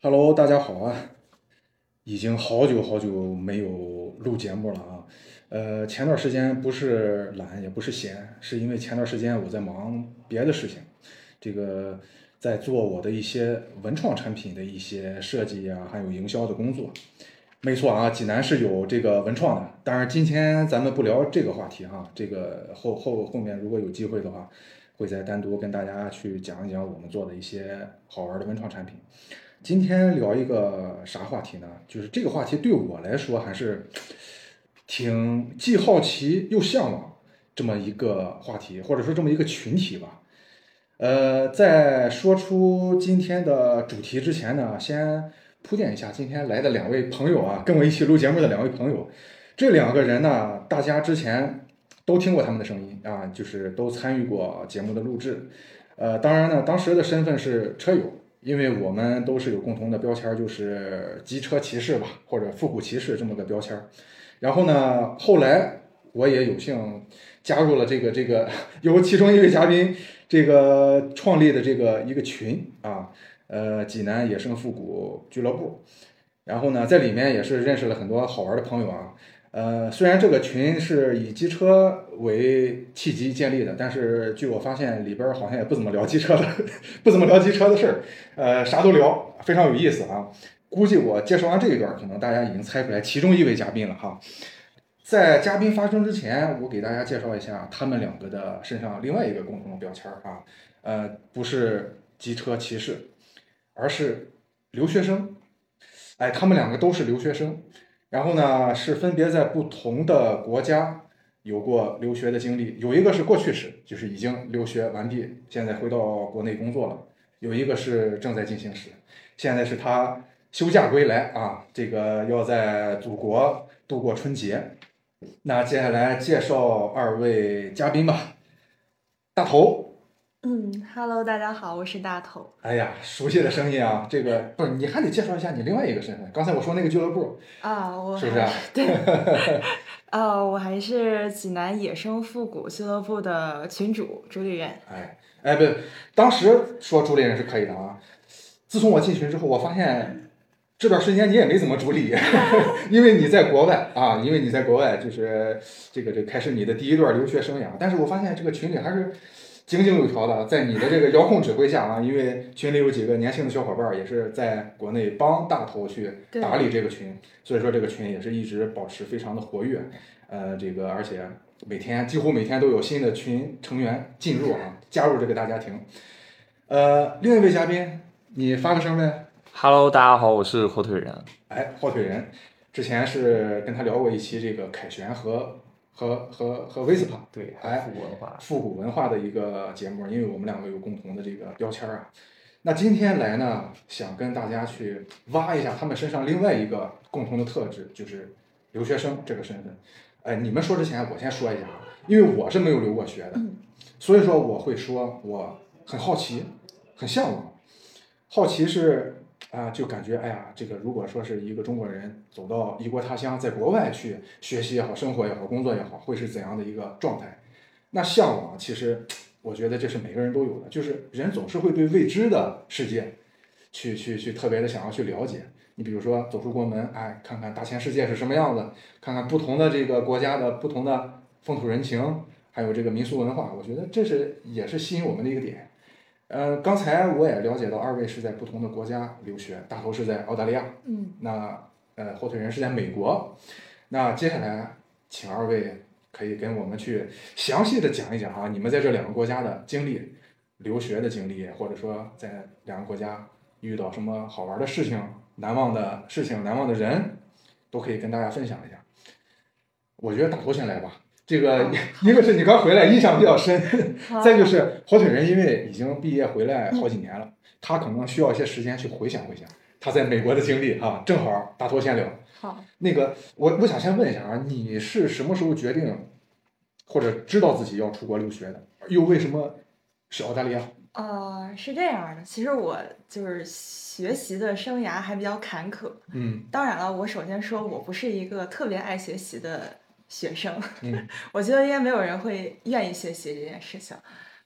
Hello，大家好啊！已经好久好久没有录节目了啊。呃，前段时间不是懒，也不是闲，是因为前段时间我在忙别的事情，这个在做我的一些文创产品的一些设计啊，还有营销的工作。没错啊，济南是有这个文创的。当然，今天咱们不聊这个话题哈、这个后后后面如果有机会的话，会再单独跟大家去讲一讲我们做的一些好玩的文创产品。今天聊一个啥话题呢？就是这个话题对我来说还是挺既好奇又向往这么一个话题，或者说这么一个群体吧。呃，在说出今天的主题之前呢，先铺垫一下今天来的两位朋友啊，跟我一起录节目的两位朋友，这两个人呢，大家之前都听过他们的声音啊，就是都参与过节目的录制，呃，当然呢，当时的身份是车友，因为我们都是有共同的标签儿，就是机车骑士吧，或者复古骑士这么个标签儿。然后呢，后来我也有幸加入了这个这个 由其中一位嘉宾这个创立的这个一个群啊，呃，济南野生复古俱乐部。然后呢，在里面也是认识了很多好玩的朋友啊。呃，虽然这个群是以机车为契机建立的，但是据我发现里边儿好像也不怎么聊机车的， 不怎么聊机车的事儿，呃，啥都聊，非常有意思啊。估计我介绍完这一段儿，可能大家已经猜出来其中一位嘉宾了哈。在嘉宾发声之前，我给大家介绍一下他们两个的身上另外一个共同的标签儿啊，呃，不是机车骑士，而是留学生。哎，他们两个都是留学生，然后呢是分别在不同的国家有过留学的经历，有一个是过去式，就是已经留学完毕，现在回到国内工作了；有一个是正在进行时，现在是他休假归来啊，这个要在祖国度过春节。那接下来介绍二位嘉宾吧，大头，嗯，Hello，大家好，我是大头。哎呀，熟悉的声音啊，这个不是你还得介绍一下你另外一个身份，刚才我说那个俱乐部啊，我是不还是啊？ 啊，我还是济南野生复古俱乐部的群主主理人。哎哎，不，当时说主理人是可以的啊。自从我进群之后，我发现这段时间你也没怎么主理，因为你在国外啊，因为你在国外就是这个这个开始你的第一段留学生涯。但是我发现这个群里还是井井有条的，在你的这个遥控指挥下啊，因为群里有几个年轻的小伙伴儿也是在国内帮大头去对打理这个群，所以说这个群也是一直保持非常的活跃。呃，这个而且每天几乎每天都有新的群成员进入啊，加入这个大家庭。呃，另一位嘉宾，你发个声呗。 Hello，大家好，我是火腿人。哎，火腿人，之前是跟他聊过一期这个凯旋和和和和 Vespa 对哎复古文化。复古文化的一个节目，因为我们两个有共同的这个标签儿啊。那今天来呢，想跟大家去挖一下他们身上另外一个共同的特质，就是留学生这个身份。哎，你们说之前，我先说一下啊，因为我是没有留过学的，所以说我会说我很好奇，很向往。好奇是啊、就感觉哎呀，这个如果说是一个中国人走到异国他乡，在国外去学习也好、生活也好、工作也好，会是怎样的一个状态？那向往其实我觉得这是每个人都有的，就是人总是会对未知的世界去去去特别的想要去了解。你比如说走出国门，哎，看看大千世界是什么样子，看看不同的这个国家的不同的风土人情，还有这个民俗文化，我觉得这是也是吸引我们的一个点。呃，刚才我也了解到，二位是在不同的国家留学，大头是在澳大利亚，嗯，那呃，火腿人是在美国。那接下来，请二位可以跟我们去详细的讲一讲啊，你们在这两个国家的经历、留学的经历，或者说在两个国家遇到什么好玩的事情、难忘的事情、难忘的人，都可以跟大家分享一下。我觉得大头先来吧。这个哦 一个是你刚回来印象比较深，好再就是火腿人，因为已经毕业回来嗯好几年了，他可能需要一些时间去回想回想他在美国的经历啊。正好大头先聊好，那个，我我想先问一下啊，你是什么时候决定或者知道自己要出国留学的？又为什么是澳大利亚？呃，是这样的，其实我就是学习的生涯还比较坎坷。嗯当然了，我首先说我不是一个特别爱学习的学生，嗯 我觉得应该没有人会愿意学习这件事情。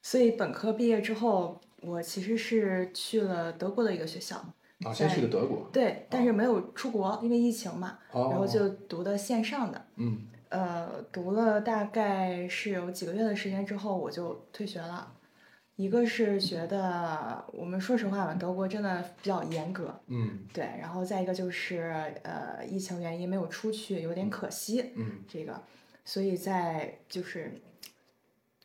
所以本科毕业之后，我其实是去了德国的一个学校，啊，先在去的德国，对，但是没有出国，因为疫情嘛，哦，然后就读的线上的，嗯，呃，读了大概是有几个月的时间之后，我就退学了。一个是觉得我们说实话吧，德国真的比较严格，嗯对，然后再一个就是呃，疫情原因没有出去，有点可惜。嗯这个，所以在就是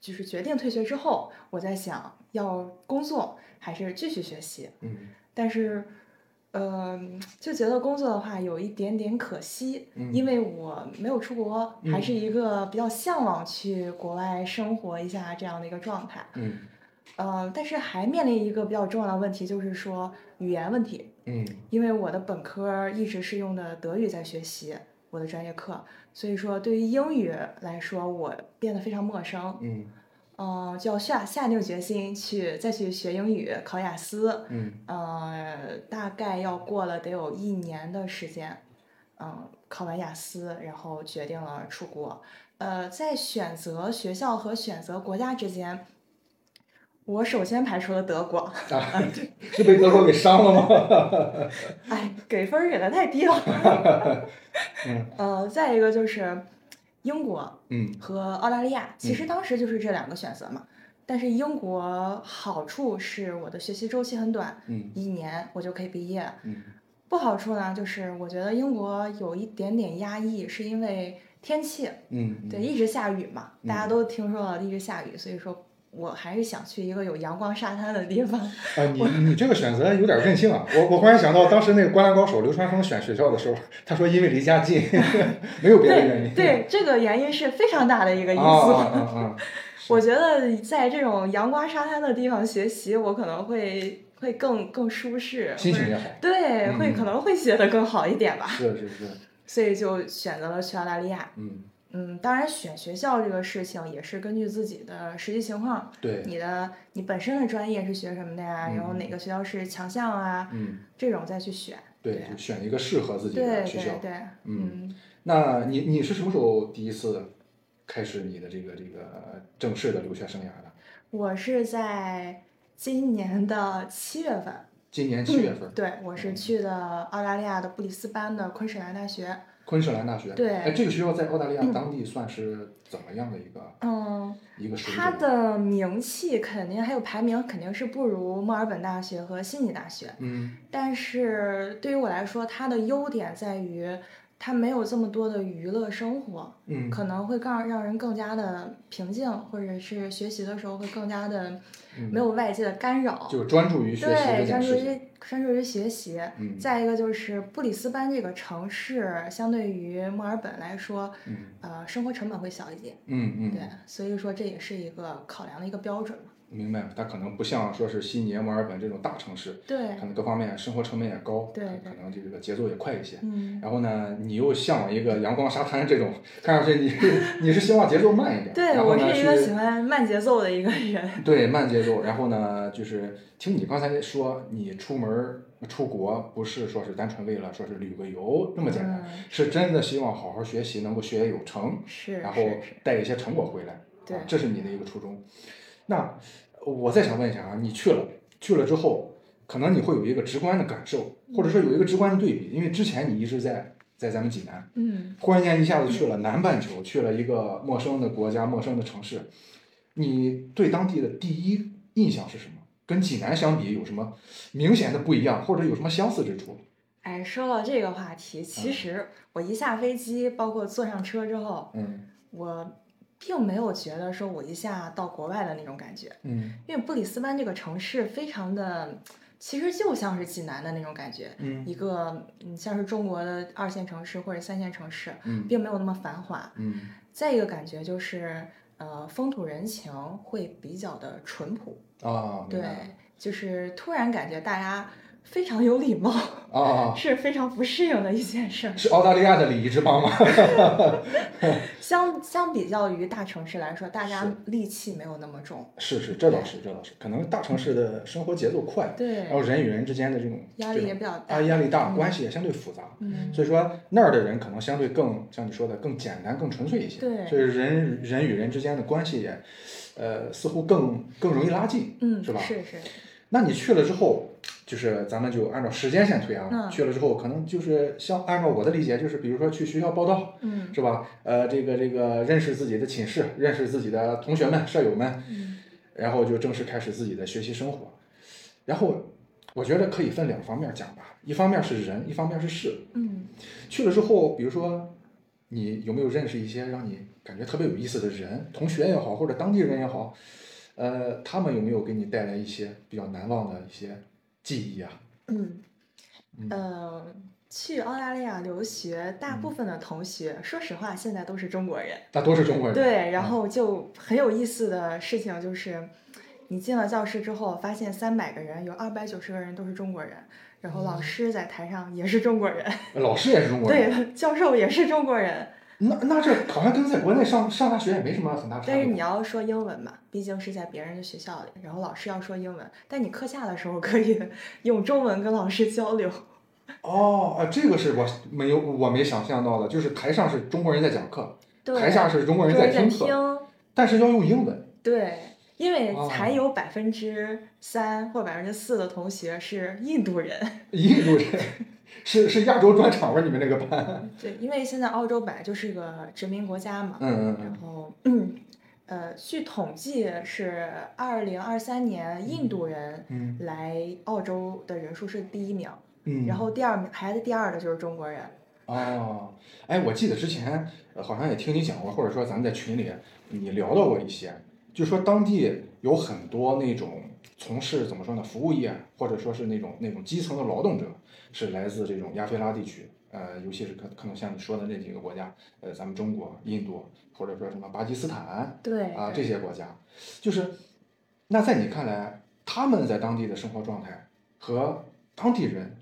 就是决定退学之后，我在想要工作还是继续学习，嗯但是。呃，就觉得工作的话有一点点可惜，嗯因为我没有出国，还嗯是一个比较向往去国外生活一下这样的一个状态。嗯呃，但是还面临一个比较重要的问题，就是说语言问题。嗯因为我的本科儿一直是用的德语在学习我的专业课，所以说对于英语来说，我变得非常陌生。嗯嗯、就要下下定决心去再去学英语，考雅思。嗯呃，大概要过了得有一年的时间。嗯，考完雅思，然后决定了出国。呃，在选择学校和选择国家之间，我首先排除了德国。啊，是被德国给伤了吗？ 哎，给分儿给的太低了。呃，再一个就是英国嗯和澳大利亚，其实当时就是这两个选择嘛。但是英国好处是我的学习周期很短，嗯一年我就可以毕业。嗯不好处呢，就是我觉得英国有一点点压抑，是因为天气，嗯，对，一直下雨嘛，大家嗯都听说了一直下雨，所以说我还是想去一个有阳光沙滩的地方。啊，你你这个选择有点任性啊！我我忽然想到，当时那个《灌篮高手》流川枫选学校的时候，他说因为离家近， 没有别的原因。对，这个原因是非常大的一个因啊素。啊啊啊！我觉得在这种阳光沙滩的地方学习，我可能会会更更舒适，心情会也好。对，嗯会可能会学得更好一点吧。是是是，所以就选择了去澳大利亚。嗯，嗯，当然选学校这个事情也是根据自己的实际情况，对，你的你本身的专业是学什么的呀，然后嗯哪个学校是强项啊，嗯，这种再去选。对，就选一个适合自己对的学对校。对，嗯，那你你是什么时候第一次开始你的这个这个正式的留学生涯的？我是在今年的七月份。今年七月份，对，我嗯是去的澳大利亚的布里斯班的昆士兰大学。昆士兰大学。对哎，这个学校在澳大利亚当地算是怎么样的一个嗯，一个水它准？啊的名气肯定还有排名肯定是不如墨尔本大学和悉尼大学，嗯但是对于我来说，它的优点在于它没有这么多的娱乐生活，嗯可能会让让人更加的平静，或者是学习的时候会更加的嗯没有外界的干扰。就专注于学习这哦对，件专注事情。于专注于学习。嗯再一个就是布里斯班这个城市，相对于墨尔本来说，嗯呃，生活成本会小一点。嗯对嗯，，所以说这也是一个考量的一个标准嘛。明白了。它可能不像说是悉尼、墨尔本这种大城市，对可，能各方面生活成本也高，对对可能这个节奏也快一些。嗯，然后呢，你又向往一个阳光沙滩这种，看上去你是你是希望节奏慢一点，对然后我呢是一个喜去欢慢节奏的一个人。对慢节奏，然后呢就是听你刚才说，你出门儿出国不是说是单纯为了说是旅个游那么简单，嗯是真的希望好好学习，能够学业有成，是然后是是，带一些成果回来，对啊这是你的一个初衷。那我再想问一下啊，你去了，去了之后，可能你会有一个直观的感受，或者说有一个直观的对比，因为之前你一直在在咱们济南，嗯忽然间一下子去了南半球，去了一个陌生的国家、陌生的城市，你对当地的第一印象是什么？跟济南相比有什么明显的不一样，或者有什么相似之处？哎，说到这个话题，其嗯实我一下飞机，包括坐上车之后，嗯我并没有觉得说我一下到国外的那种感觉。嗯因为布里斯班这个城市非常的，其实就像是济南的那种感觉，嗯一个嗯像是中国的二线城市或者三线城市，嗯并没有那么繁华。嗯再一个感觉就是，呃，风土人情会比较的淳朴，啊，明对白了，就是突然感觉大家非常有礼貌， 啊，是非常不适应的一件事儿。是澳大利亚的礼仪之邦吗？相相比较于大城市来说，大家是戾气没有那么重，是是，这倒是，这倒是，可能大城市的生活节奏快，对然，后人与人之间的这种压力这也种嗯比较大啊。压力大，关系也相对复杂，嗯，所以说那儿的人可能相对更像你说的更简单、更纯粹一些，对所以人人与人之间的关系也，呃，似乎更更容易拉近，嗯，是吧？是是，那你去了之后，就是咱们就按照时间线推啊，嗯去了之后可能就是像按照我的理解，就是比如说去学校报道，嗯是吧？呃，这个这个认识自己的寝室，认识自己的同学们、舍友们，嗯然后就正式开始自己的学习生活。然后我觉得可以分两方面讲吧，一方面是人，一方面是事。嗯去了之后，比如说你有没有认识一些让你感觉特别有意思的人，同学也好，或者当地人也好，呃，他们有没有给你带来一些比较难忘的一些记忆啊？嗯嗯呃，去澳大利亚留学，大嗯部分的同学，说实话，现在都是中国人。大多是中国人。对，然啊后就很有意思的事情就是，你进了教室之后，发现三百个人有二百九十个人都是中国人，然后老师在台上也是中国人，老师也嗯是中国人。对，教授也是中国人，那那这好像跟在国内上上大学也没什么很大差但是你别。要说英文嘛，毕竟是在别人的学校里，然后老师要说英文，但你课下的时候可以 用中文跟老师交流。哦，啊，这个是我没有我没想象到的，就是台上是中国人在讲课， 对，台下是中国人中国在人在听课，听，但是要用英文。 对，因为才哦有百分之三或百分之四的同学是印度人。 印度人是是亚洲专场吗？你们那个班？对，因为现在澳洲本来就是个殖民国家嘛，嗯嗯嗯然。后， 呃，据统计是二零二三年印度人嗯来澳洲的人数是第一名，嗯，然后第二名排在第二的就是中国人。哦，哎，我记得之前呃好像也听你讲过，或者说咱们在群里你聊到过一些，就说当地有很多那种从事怎么说呢，服务业或者说是那种那种基层的劳动者，是来自这种亚非拉地区，呃，尤其是可可能像你说的那几个国家，呃，咱们中国、印度，或者说什么巴基斯坦对啊这对些国家，就是那在你看来，他们在当地的生活状态和当地人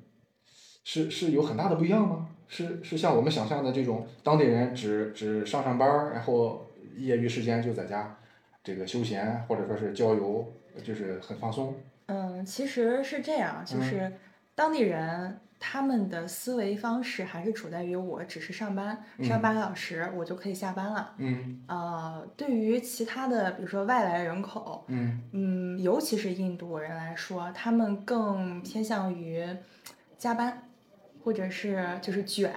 是是有很大的不一样吗？是是像我们想象的这种当地人只只上上班儿，然后业余时间就在家这个休闲，或者说是郊游，就是很放松。嗯，其实是这样，就嗯是当地人他们的思维方式还是处在于我只是上班，上嗯八个小时我就可以下班了。嗯呃，对于其他的，比如说外来人口，嗯嗯，尤其是印度人来说，他们更偏向于加班，或者是就是卷。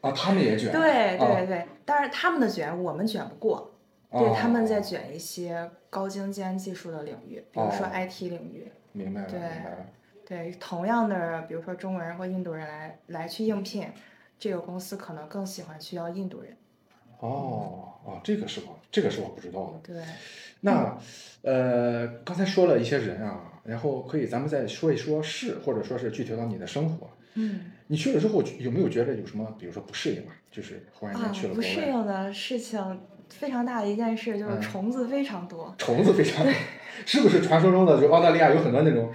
啊，他们也卷。对啊对对，当然他们的卷我们卷不过，哦对他们在卷一些高精尖技术的领域，比如说哦 IT 领域。明白了，对明白了。对，同样的，比如说中国人或印度人来来去应聘，这个公司可能更喜欢需要印度人。哦哦，这个是我这个是我不知道的。对，那嗯呃，刚才说了一些人啊，然后可以咱们再说一说事，或者说是具体到你的生活。嗯你去了之后有没有觉得有什么，比如说不适应啊？就是忽然啊间去，了不国适外，应的事情非常大的一件事就是嗯虫子非常多。虫子非常， 是不是传说中的就澳大利亚有很多那种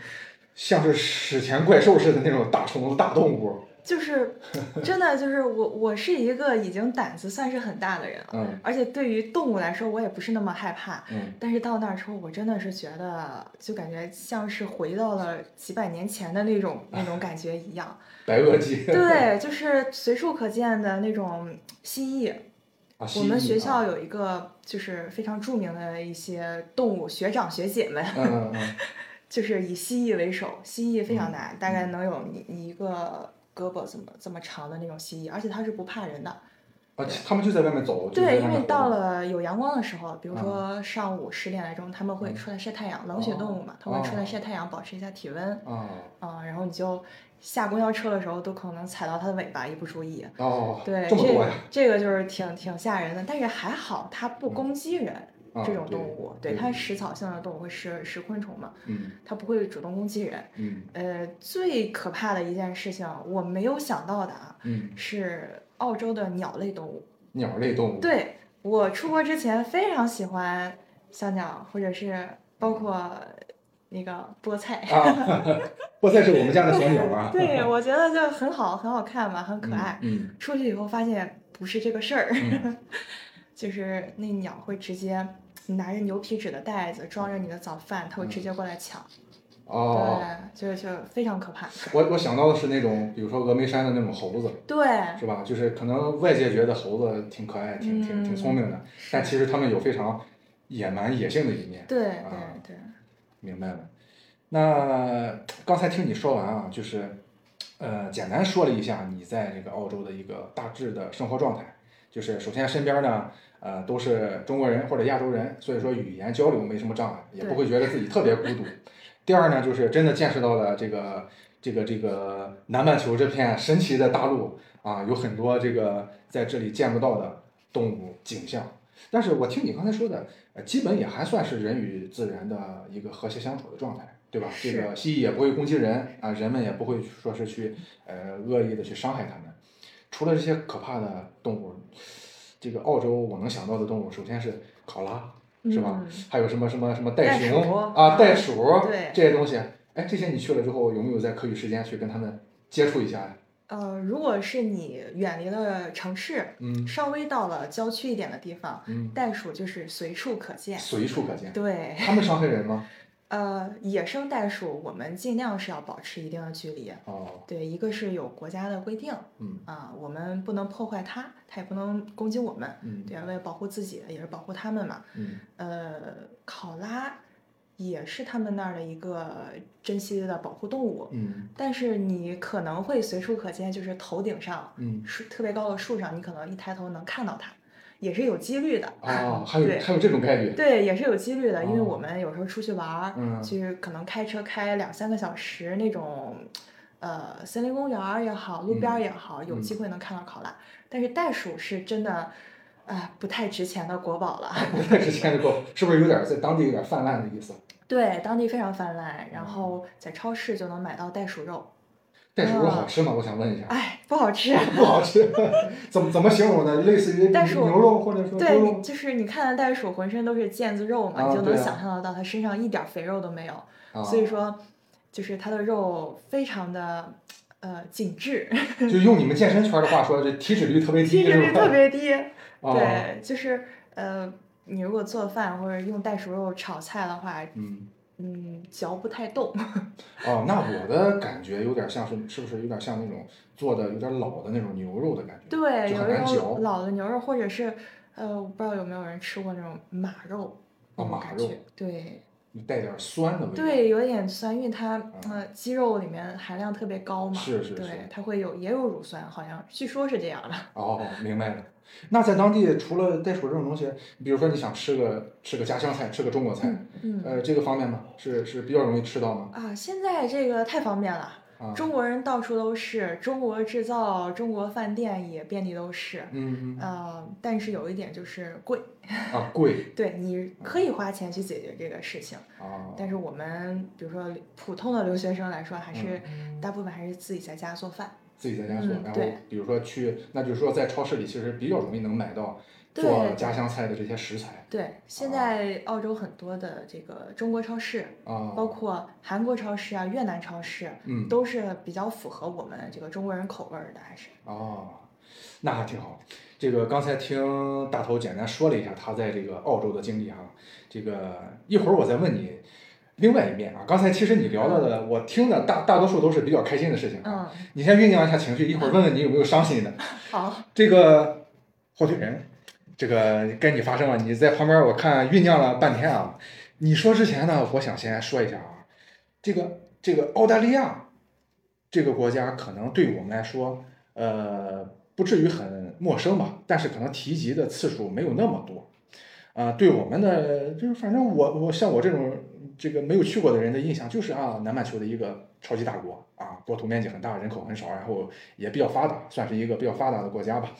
像是史前怪兽似的那种大虫子、大动物？就是 真的就是我我是一个已经胆子算是很大的人了，嗯而且对于动物来说我也不是那么害怕。嗯，但是到那儿之后，我真的是觉得，就感觉像是回到了几百年前的那种那种感觉一样。白垩 纪对，就是随处可见的那种蜥蜴。啊，我蜥们蜴学校啊，有一个就是非常著名的一些动物学长学姐们，嗯嗯 嗯，就是以蜥蜴为首，蜥蜴非常大，大概嗯能有你你一个胳膊这么这么长的那种蜥蜴，而且它是不怕人的。啊，他们就在外面走，就在对，外因面为活到动了有阳光的时候，比啊如说上午十点来钟，他嗯们会出来晒太阳，冷血动哦物嘛，他们会出来晒太阳，保持一下体温。啊嗯，然后你就下公交车的时候都可能踩到它的尾巴，一不注意。哦，对，这么多呀，这个就是挺挺吓人的，但是还好它不攻击人。嗯啊这种对动物，对它食草性的动物会食食昆虫嘛，嗯它不会主动攻击人。嗯呃，最可怕的一件事情，我没有想到的啊，嗯，是澳洲的鸟类动物。鸟类动物，对我出国之前非常喜欢小鸟，或者是包括那个菠菜。啊，菠菜是我们家的小鸟啊， 对，我觉得就很好，很好看嘛，很可爱。嗯，嗯出去以后发现不是这个事儿，嗯就是那鸟会直接。你拿着牛皮纸的袋子装着你的早饭，它会直接过来抢，嗯哦，对，就就非常可怕。我我想到的是那种，比如说峨眉山的那种猴子，对，是吧？就是可能外界觉得猴子挺可爱、挺挺挺聪明的，但其实它们有非常野蛮、野性的一面。对啊对对，明白了。那刚才听你说完啊，就是，呃，简单说了一下你在这个澳洲的一个大致的生活状态，就是首先身边呢，呃，都是中国人或者亚洲人，所以说语言交流没什么障碍，也不对会觉得自己特别孤独。第二呢，就是真的见识到了这个这个这个南半球这片神奇的大陆啊，有很多这个在这里见不到的动物景象。但是我听你刚才说的，呃，基本也还算是人与自然的一个和谐相处的状态，对吧？这是个蜥蜴也不会攻击人啊，人们也不会说是去呃恶意的去伤害它们。除了这些可怕的动物，这个澳洲我能想到的动物，首先是考拉，是吧？嗯还有什么什么什么袋袋熊鼠啊，袋鼠对这些东西，哎，这些你去了之后有没有在课余时间去跟他们接触一下呀？呃，如果是你远离了城市，嗯稍微到了郊区一点的地方，嗯，袋鼠就是随处可见。随处可见。对，他们伤害人吗？呃，野生袋鼠我们尽量是要保持一定的距离。哦，对，一个是有国家的规定嗯啊，我们不能破坏它，它也不能攻击我们。嗯对，啊为了保护自己，也是保护它们嘛。嗯呃，考拉也是他们那儿的一个珍稀的保护动物，嗯但是你可能会随处可见，就是头顶上嗯。树特别高的树上，你可能一抬头能看到它，也是有几率的。哦，还有啊对啊还有这种概率。对，也是有几率的，因为哦我们有时候出去玩儿，嗯就是可能开车开两三个小时那种，呃，森林公园儿也好，路边儿也好，有嗯机会能看到考拉。但是袋鼠是真的，啊、不太值钱的国宝了。不太值钱的狗， 是不是有点在当地有点泛滥的意思？对，当地非常泛滥，然嗯后在超市就能买到袋鼠肉。袋鼠肉嗯好吃吗？我想问一下。哎，不好吃。 不好吃， 怎么怎么形容呢？类似于袋鼠牛肉或者说 对，猪你肉。就是你看袋鼠浑身都是腱子肉嘛，嗯啊你就对能啊想象得到它身上一点儿肥肉都没有。啊所以说，就是它的肉非常的呃紧致，就用你们健身圈的话说，这体脂率特别低，体脂率是吧特别低。啊，对，就是呃，你如果做饭或者用袋鼠肉炒菜的话，嗯，嗯，嚼不太动。哦，那我的感觉有点像是，是不是有点像那种做的有点老的那种牛肉的感觉？对，就有很一难嚼种老的牛肉，或者是呃，我不知道有没有人吃过那种马肉那哦种马感肉觉，对带点酸的味道。，对，有点酸，因为它呃肌肉里面含量特别高嘛，嗯是是是对，它会有也有乳酸，好像据说是这样 的。哦，嗯明白了。那在当地除了袋鼠这种东西，比如说你想吃个吃个家乡菜，吃个中国菜，嗯呃，这个方面吗？是是比较容易吃到吗？啊，现在这个太方便了，啊，中国人到处都是，中国制造、中国饭店也遍地都是。嗯嗯呃，但是有一点就是贵，啊，贵对，你可以花钱去解决这个事情，啊，但是我们比如说普通的留学生来说，还是嗯大部分还是自己在家做饭。自己在家做，嗯然后对比如说去，那就是说在超市里其实比较容易能买到对做家乡菜的这些食材对，现哦啊在澳洲很多的这个中国超市，啊，包括韩国超市啊、越南超市，嗯都是比较符合我们这个中国人口味儿的，还是哦，那还挺好。这个刚才听大头简单说了一下他在这个澳洲的经历哈，这个一会儿我再问你另外一面啊。刚才其实你聊到的，我听的大大多数都是比较开心的事情啊。嗯，你先酝酿一下情绪，一会儿问问你有没有伤心的。好，这个火腿人，这个该你发声了。你在旁边，我看酝酿了半天啊。你说之前呢，我想先说一下啊，这个这个澳大利亚这个国家，可能对我们来说，呃，不至于很陌生吧，但是可能提及的次数没有那么多。啊、对我们的就是，反正我我像我这种这个没有去过的人的印象就是啊，南半球的一个超级大国啊，国土面积很大，人口很少，然后也比较发达，算是一个比较发达的国家吧。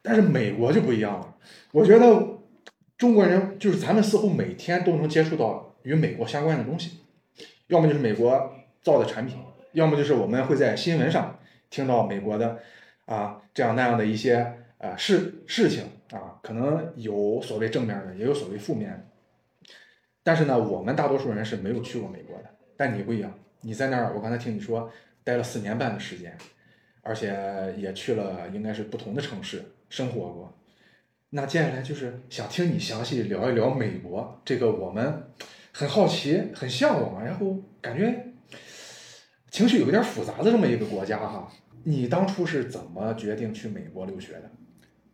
但是美国就不一样了，我觉得中国人就是咱们似乎每天都能接触到与美国相关的东西，要么就是美国造的产品，要么就是我们会在新闻上听到美国的啊这样那样的一些呃事事情啊，可能有所谓正面的，也有所谓负面的。但是呢，我们大多数人是没有去过美国的，但你不一样，你在那儿，我刚才听你说待了四年半的时间，而且也去了应该是不同的城市生活过。那接下来就是想听你详细聊一聊美国这个，我们很好奇、很向往，然后感觉情绪有点复杂的这么一个国家哈。你当初是怎么决定去美国留学的？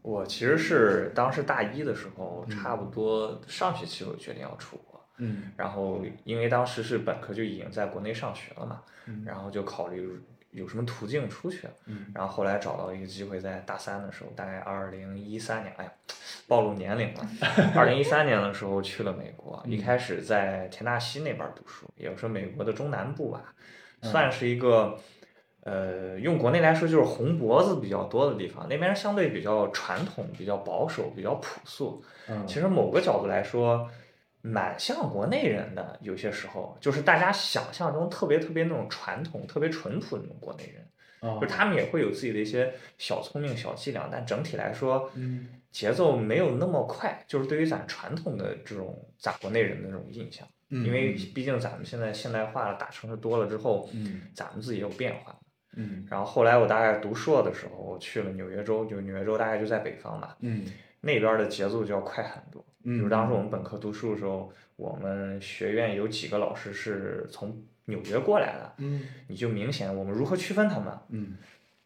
我其实是当时大一的时候，嗯差不多上学期我就决定要出国，嗯然后因为当时是本科就已经在国内上学了嘛，嗯然后就考虑有什么途径出去，嗯然后后来找到一个机会，在大三的时候，大概二零一三年，哎呀，暴露年龄了。二零一三年的时候去了美国，一开始在田纳西那边读书，也是美国的中南部吧，算是一个，呃，用国内来说就是红脖子比较多的地方，那边相对比较传统、比较保守、比较朴素。嗯，其实某个角度来说，蛮像国内人的。有些时候，就是大家想象中特别特别那种传统、特别淳朴那种国内人。啊就是他们也会有自己的一些小聪明、小伎俩，但整体来说，嗯节奏没有那么快。就是对于咱传统的这种咱国内人的这种印象，嗯因为毕竟咱们现在现代化了，大城市多了之后，嗯咱们自己也有变化。嗯然后后来我大概读硕的时候，我去了纽约州，就纽约州大概就在北方嘛，嗯那边的节奏就要快很多。嗯，就是当时我们本科读书的时候，我们学院有几个老师是从纽约过来的，嗯你就明显我们如何区分他们嗯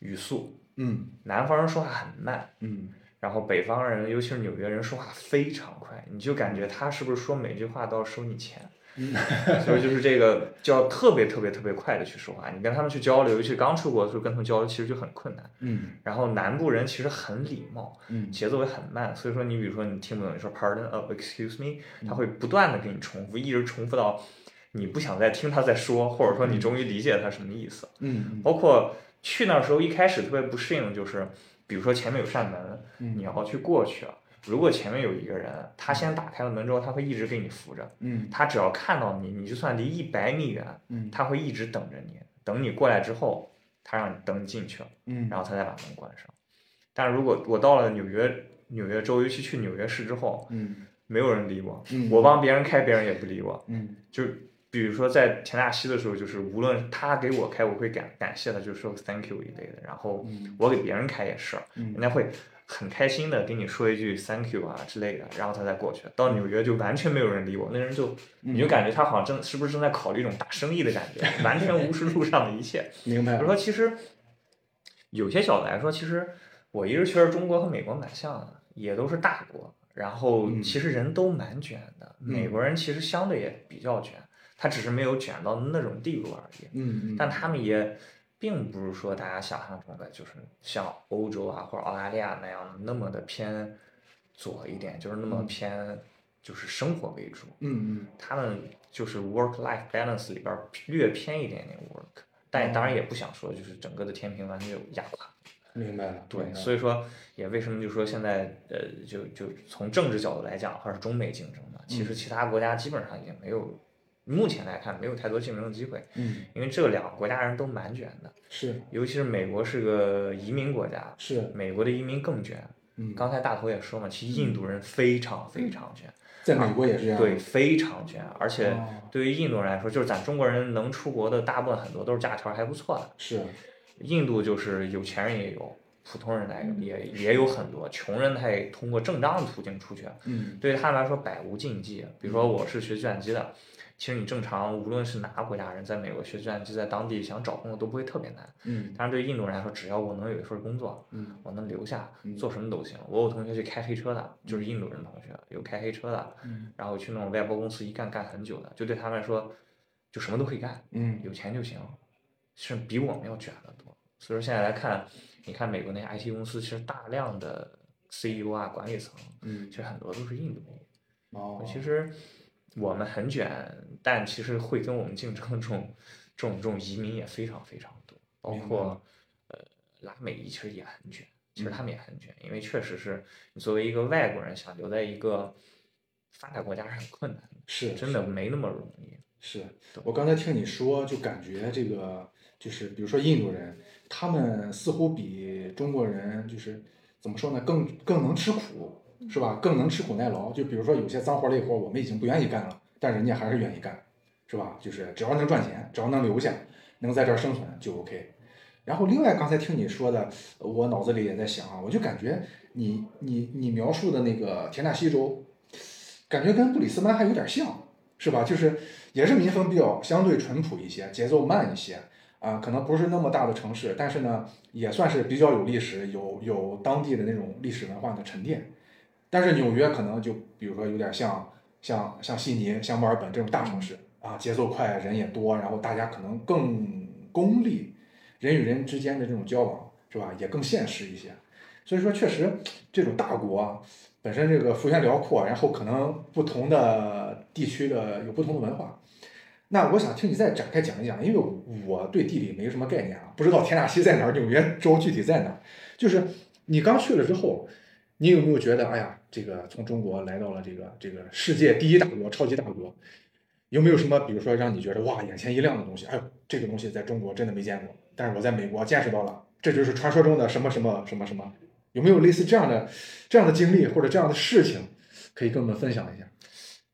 语速。嗯南方人说话很慢，嗯然后北方人，尤其是纽约人说话非常快，你就感觉他是不是说每句话都要收你钱，嗯 所以就是这个就要特别特别特别快的去说话。你跟他们去交流，尤其刚出国的时候跟他们交流，其实就很困难。嗯然后南部人其实很礼貌，嗯节奏也很慢，所以说你比如说你听不懂，你说 pardon 呃 excuse me，嗯他会不断的给你重复，一直重复到你不想再听他在说，或者说你终于理解他什么意思。嗯包括去那儿时候一开始特别不适应，就是比如说前面有扇门，嗯你要去过去。啊如果前面有一个人，他先打开了门之后，他会一直给你扶着，嗯他只要看到你，你就算离一百米远，嗯他会一直等着你，等你过来之后，他让你等你进去，嗯，然后他再把门关上。但如果我到了纽约，纽约州，尤其去纽约市之后，嗯没有人理我，嗯我帮别人开，别人也不理我，嗯就比如说在田纳西的时候，就是无论他给我开，我会感感谢他，就是说 thank you 一类的。然后嗯我给别人开也是，嗯人家会很开心的给你说一句 thank you 啊之类的，然后他再过去。到纽约就完全没有人理我，那人就嗯你就感觉他好像正是不是正在考虑一种大生意的感觉，完全无视路上的一切。明白比如说，其实有些角度来说，其实我一直觉得中国和美国蛮像的，也都是大国，然后嗯其实人都蛮卷的。美嗯国人其实相对也比较卷，他只是没有卷到那种地步而已。嗯嗯，但他们也并不是说大家想象中的，就是像欧洲啊或者澳大利亚那样那么的偏左一点，就是那么嗯偏就是生活为主。嗯嗯他们就是 work life balance 里边儿略偏一点点 work，但哦当然也不想说就是整个的天平完全就压垮。明白了，对，所以说也为什么就说现在呃，就就从政治角度来讲，还是中美竞争嘛，其嗯实其他国家基本上已经没有，目前来看没有太多竞争的机会，嗯因为这两个国家人都蛮卷的，是尤其是美国是个移民国家，是美国的移民更卷。嗯，刚才大头也说嘛，其实印度人非常非常卷。在美国也是这样，对，非常卷，而且哦对于印度人来说，就是咱中国人能出国的大部分很多都是家条还不错的。哦是印度就是有钱人也有，普通人来也也有很多，穷人他也通过正当的途径出去，嗯对于他们来说百无禁忌。啊比如说我是学计算机的，其实你正常无论是哪个国家人，在美国学计算机，在当地想找工作都不会特别难。嗯但是对于印度人来说，只要我能有一份工作，嗯我能留下嗯，做什么都行。我有同学去开黑车的，就是印度人同学，有开黑车的，嗯然后去那种外包公司一干干很久的，就对他们来说，就什么都可以干，嗯有钱就行，是比我们要卷得多。所以说现在来看，你看美国那些 IT 公司，其实大量的 CEO 啊、管理层，嗯其实很多都是印度裔。哦，其实我们很卷，但其实会跟我们竞争的这种、这种、这种移民也非常非常多，包明白括呃拉美裔其实也很卷，其实他们也很卷，因为确实是你作为一个外国人想留在一个发达国家是很困难的，是真的没那么容易。是我刚才听你说，就感觉这个就是，比如说印度人，他们似乎比中国人就是怎么说呢，更更能吃苦，是吧？更能吃苦耐劳。就比如说有些脏活累活，我们已经不愿意干了，但人家还是愿意干，是吧？就是只要能赚钱，只要能留下，能在这儿生存就 OK。然后另外刚才听你说的，我脑子里也在想啊，我就感觉你你你描述的那个田纳西州，感觉跟布里斯班还有点像，是吧？就是也是民风比较相对淳朴一些，节奏慢一些啊、可能不是那么大的城市，但是呢，也算是比较有历史，有有当地的那种历史文化的沉淀。但是纽约可能就比如说有点像像像悉尼、像墨尔本这种大城市啊，节奏快，人也多，然后大家可能更功利，人与人之间的这种交往是吧，也更现实一些。所以说，确实这种大国啊本身这个幅员辽阔，然后可能不同的地区的有不同的文化。那我想听你再展开讲一讲，因为我对地理没什么概念啊，不知道田纳西在哪儿，纽约州具体在哪儿。就是你刚去了之后，你有没有觉得，哎呀，这个从中国来到了这个这个世界第一大国、超级大国，有没有什么，比如说让你觉得哇，眼前一亮的东西？哎呦，这个东西在中国真的没见过，但是我在美国见识到了，这就是传说中的什么什么什么什么。有没有类似这样的这样的经历或者这样的事情，可以跟我们分享一下？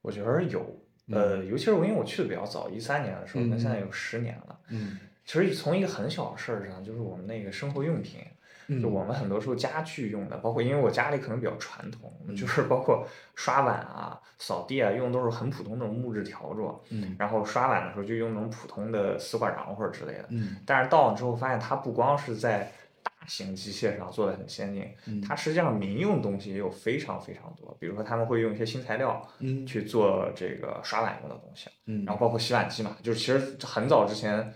我觉得有，呃，尤其是我因为我去的比较早，一三年的时候，嗯那现在有十年了。嗯其实从一个很小的事儿上，就是我们那个生活用品，嗯就我们很多时候家具用的，包括因为我家里可能比较传统，我们就是包括刷碗啊、扫地啊，用的都是很普通的那种木质条桌，嗯然后刷碗的时候就用那种普通的丝瓜瓤或者之类的。嗯但是到了之后发现，它不光是在大型机械上做的很先进，嗯它实际上民用东西也有非常非常多，比如说他们会用一些新材料嗯去做这个刷碗用的东西，嗯然后包括洗碗机嘛，就是其实很早之前。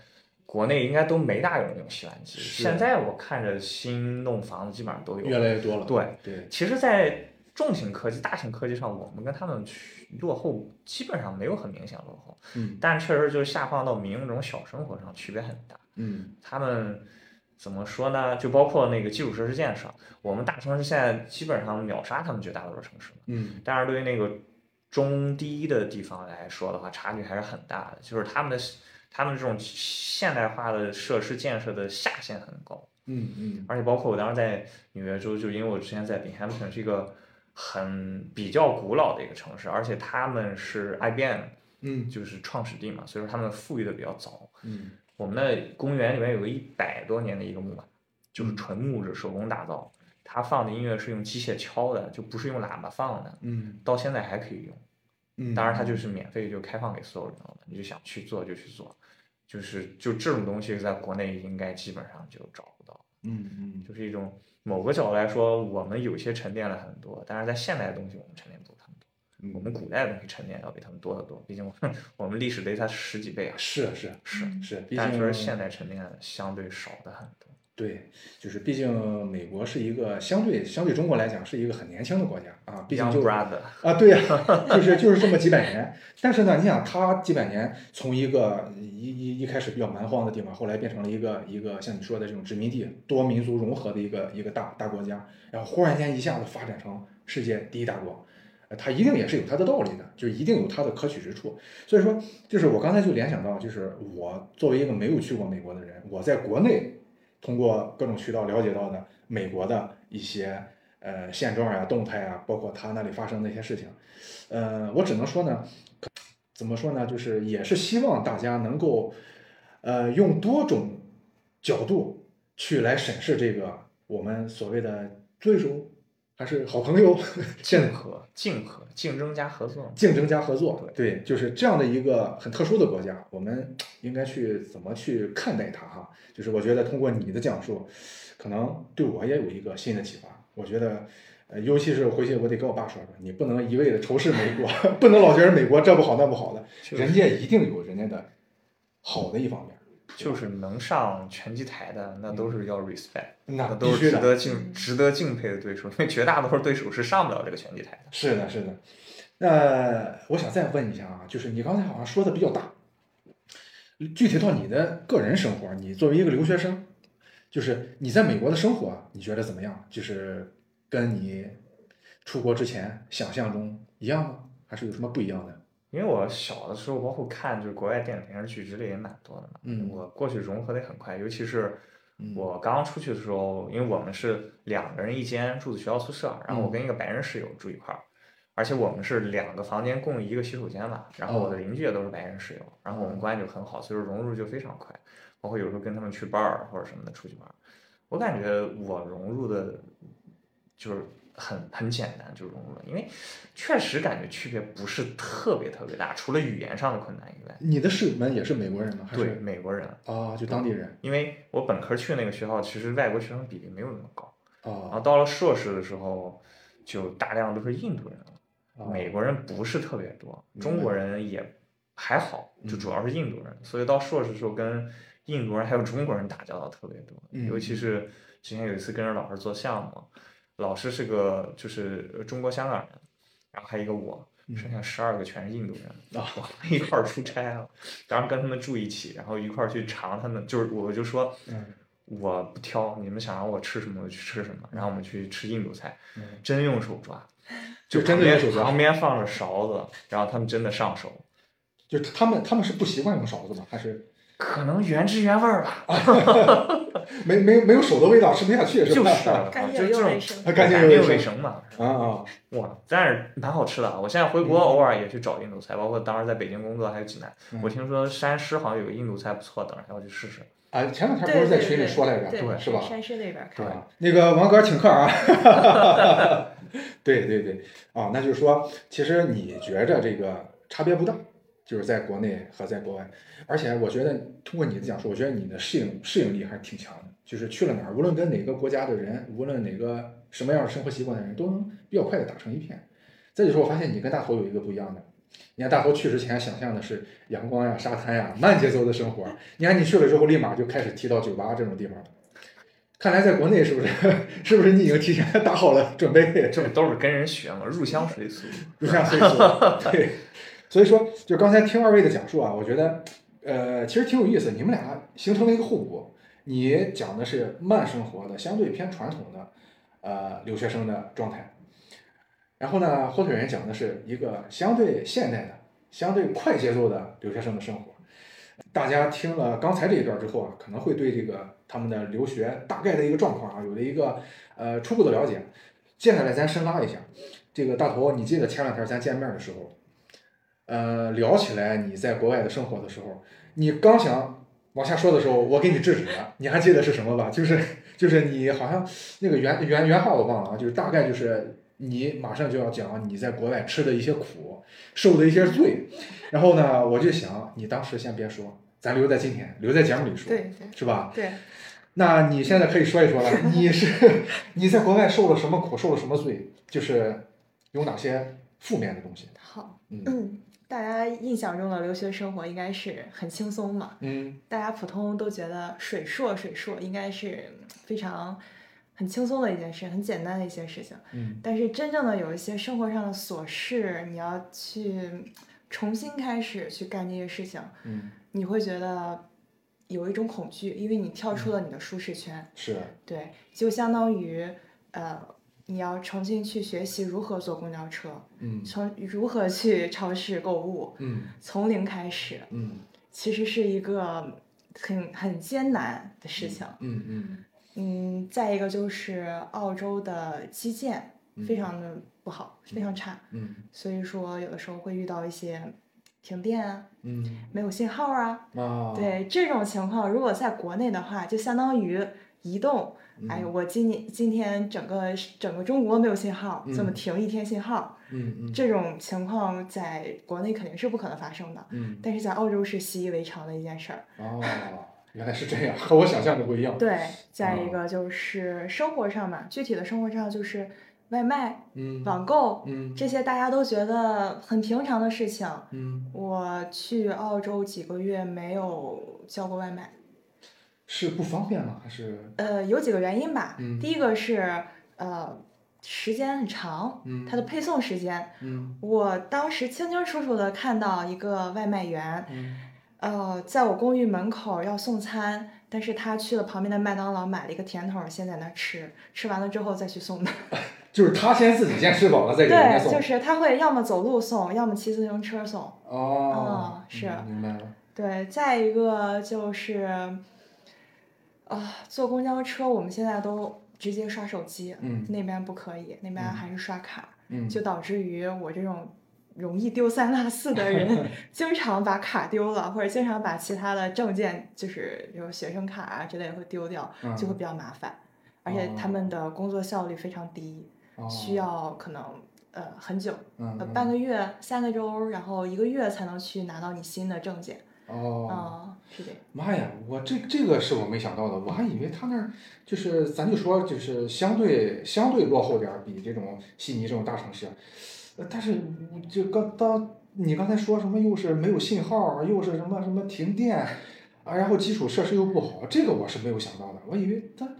国内应该都没大有那种洗碗机，是现在我看着新弄房子基本上都有。越来越多了。对对，其实，在重型科技、大型科技上，我们跟他们去落后基本上没有很明显落后，嗯但确实就是下放到民用这种小生活上区别很大。嗯他们怎么说呢？就包括那个基础设施建设，我们大城市现在基本上秒杀他们绝大多数城市嘛。嗯但是对于那个中低的地方来说的话，差距还是很大的，就是他们的他们这种现代化的设施建设的下限很高。嗯嗯而且包括我当时在纽约州，就因为我之前在 Binghamton 是一个很比较古老的一个城市，而且他们是 IBM 嗯就是创始地嘛，所以说他们富裕的比较早。嗯我们的公园里面有个一百多年的一个木马，就是纯木质手工打造，它放的音乐是用机械敲的，就不是用喇叭放的，嗯到现在还可以用。嗯，当然，它就是免费就开放给所有人了，你就想去做就去做，就是就这种东西在国内应该基本上就找不到。嗯嗯就是一种某个角度来说，我们有些沉淀了很多，但是在现代的东西我们沉淀不如他们多，嗯，我们古代的东西沉淀要比他们多得多，毕竟我们我们历史得才十几倍啊，是是是，嗯是，嗯毕但确竟实现代沉淀相对少的很多，对，就是毕竟美国是一个相对相对中国来讲是一个很年轻的国家啊，毕竟 Young 就 brother， 啊，对呀、就是就是这么几百年。但是呢，你想，他几百年从一个一一一开始比较蛮荒的地方，后来变成了一个一个像你说的这种殖民地、多民族融合的一个一个大大国家，然后忽然间一下子发展成世界第一大国，呃它一定也是有它的道理的，就一定有它的可取之处。所以说，就是我刚才就联想到，就是我作为一个没有去过美国的人，我在国内通过各种渠道了解到的美国的一些呃现状呀、动态啊，包括他那里发生的一些事情，呃，我只能说呢，怎么说呢，就是也是希望大家能够呃用多种角度去来审视这个我们所谓的对手还是好朋友， 现在竞合、竞合、竞争加合作嘛，竞争加合作，对，就是这样的一个很特殊的国家，我们应该去怎么去看待它哈？就是我觉得通过你的讲述，可能对我也有一个新的启发。我觉得，呃，尤其是回去我得跟我爸说说，你不能一味的仇视美 国，不能老觉得美国这不好那不好的，人家一定有人家的好的一方面。就是能上拳击台的，那嗯都是要 respect，那那都必是须值的得敬、值得敬佩的对手，因为绝大多数对手是上不了这个拳击台的。是的，是的。那我想再问一下啊，就是你刚才好像说的比较大，具体到你的个人生活，你作为一个留学生，就是你在美国的生活，啊你觉得怎么样？就是跟你出国之前想象中一样吗？还是有什么不一样的？因为我小的时候，包括看就是国外电影、电视剧之类也蛮多的嘛，嗯我过去融合的很快，尤其是我刚刚出去的时候，因为我们是两个人一间住的学校宿舍，然后我跟一个白人室友住一块儿，而且我们是两个房间共一个洗手间嘛，然后我的邻居也都是白人室友，然后我们关系就很好，所以说融入就非常快，包括有时候跟他们去 bar 或者什么的出去玩儿，我感觉我融入的，就是很很简单就融入了，因为确实感觉区别不是特别特别大，除了语言上的困难以外。你的室友们也是美国人吗？还对是美国人，啊，就当地人因为我本科去那个学校，其实外国学生比例哦没有那么高，然后啊到了硕士的时候，就大量都是印度人了。啊美国人不是特别多，中国人也还好，就嗯主要是印度人，所以到硕士时候跟印度人还有中国人打交道特别多，嗯尤其是之前有一次跟着老师做项目，老师是个就是中国香港人，然后还有一个我。剩下十二个全是印度人，嗯啊我们一块儿出差了， 当然跟他们住一起，然后一块儿去尝他们，就是我就说，嗯我不挑，你们想让我吃什么我就去吃什么，然后我们去吃印度菜，嗯真用手抓，就真的旁用边手抓旁边放着勺子，然后他们真的上手，就是他们他们是不习惯用勺子吗？还是可能原汁原味儿吧，没没没有手的味道吃不下去是就吧？是啊干就净这又种卫生。干净又卫又生卫生嘛，啊啊哇，但是蛮好吃的啊！我现在回国偶尔也去找印度菜，包括当时在北京工作还有济南，嗯我听说山师好像有个印度菜不错，等着要去试试。啊！前两天对不是在对群里对说来着，对是吧？山师那边开对啊，那个王哥请客啊！ 对对对，啊，那就是说，其实你觉着这个差别不大，就是在国内和在国外，而且我觉得通过你的讲述，我觉得你的适应适应力还是挺强的，就是去了哪儿，无论跟哪个国家的人，无论哪个什么样的生活习惯的人，都能比较快的打成一片。再就是我发现你跟大头有一个不一样的。你看大头去之前想象的是阳光呀、沙滩呀、慢节奏的生活，你看你去了之后，立马就开始提到酒吧这种地方了。看来在国内是 不是是不是你已经提前打好了准备，这不都是跟人学嘛，入乡随俗。入乡随俗？对，所以说就刚才听二位的讲述啊，我觉得呃其实挺有意思，你们俩形成了一个互补。你讲的是慢生活的，相对偏传统的，呃，留学生的状态。然后呢，火腿人讲的是一个相对现代的、相对快节奏的留学生的生活。大家听了刚才这一段之后啊，可能会对这个他们的留学大概的一个状况啊，有了一个呃初步的了解。接下来咱深拉一下，这个大头，你记得前两天咱见面的时候，呃，聊起来你在国外的生活的时候，你刚想往下说的时候，我给你制止了。你还记得是什么吧？就是就是你好像那个原原原话我忘了啊，就是大概就是你马上就要讲你在国外吃的一些苦，受的一些罪。然后呢，我就想你当时先别说，咱留在今天，留在节目里说，对对是吧？对，那你现在可以说一说了，你是 你在国外受了什么苦，受了什么罪，就是有哪些负面的东西？好， 嗯嗯，大家印象中的留学生活应该是很轻松嘛，嗯大家普通都觉得水硕水硕应该是非常很轻松的一件事，很简单的一些事情。嗯但是真正的有一些生活上的琐事，你要去重新开始去干这些事情，嗯，你会觉得有一种恐惧，因为你跳出了你的舒适圈。是对，就相当于呃，你要重新去学习如何坐公交车，嗯从如何去超市购物，嗯从零开始，嗯其实是一个很很艰难的事情。嗯嗯嗯，再一个就是澳洲的基建嗯非常的不好，非常差，嗯所以说有的时候会遇到一些停电啊，嗯没有信号啊，啊，对这种情况，如果在国内的话，就相当于移动。哎，嗯我今年今天整个整个中国没有信号，这么嗯停一天信号，嗯嗯这种情况在国内肯定是不可能发生的，嗯但是在澳洲是习以为常的一件事儿。哦，原来是这样，和我想象的不一样。对，再一哦个就是生活上嘛，具体的生活上就是外卖、嗯网购嗯这些大家都觉得很平常的事情。嗯，我去澳洲几个月没有叫过外卖，是不方便吗？还是呃，有几个原因吧。嗯第一个是呃时间很长，嗯它的配送时间，嗯我当时清清楚楚的看到一个外卖员，嗯呃，在我公寓门口要送餐，但是他去了旁边的麦当劳买了一个甜筒，先在那儿吃，吃完了之后再去送的。就是他先自己先吃饱了，再给人家对，送。就是他会要么走路送，要么骑自行车送。哦嗯，是嗯明白了。对，再一个就是，啊、坐公交车我们现在都直接刷手机，嗯那边不可以，那边嗯还是刷卡，嗯，就导致于我这种容易丢三落四的 人，经常把卡丢了，或者经常把其他的证件，就是比如学生卡啊之类会丢掉，嗯就会比较麻烦，而且他哦们的工作效率非常低，需要可能呃很久，嗯呃哦嗯半个月、三个周，然后一个月才能去拿到你新的证件。哦，啊，是这样。妈呀，我这这个是我没想到的，我还以为他那儿就是咱就说就是相对相对落后点儿，比这种悉尼这种大城市，呃但是你就刚当你刚才说什么又是没有信号，又是什么什么停电，啊，然后基础设施又不好，这个我是没有想到的，我以为它，对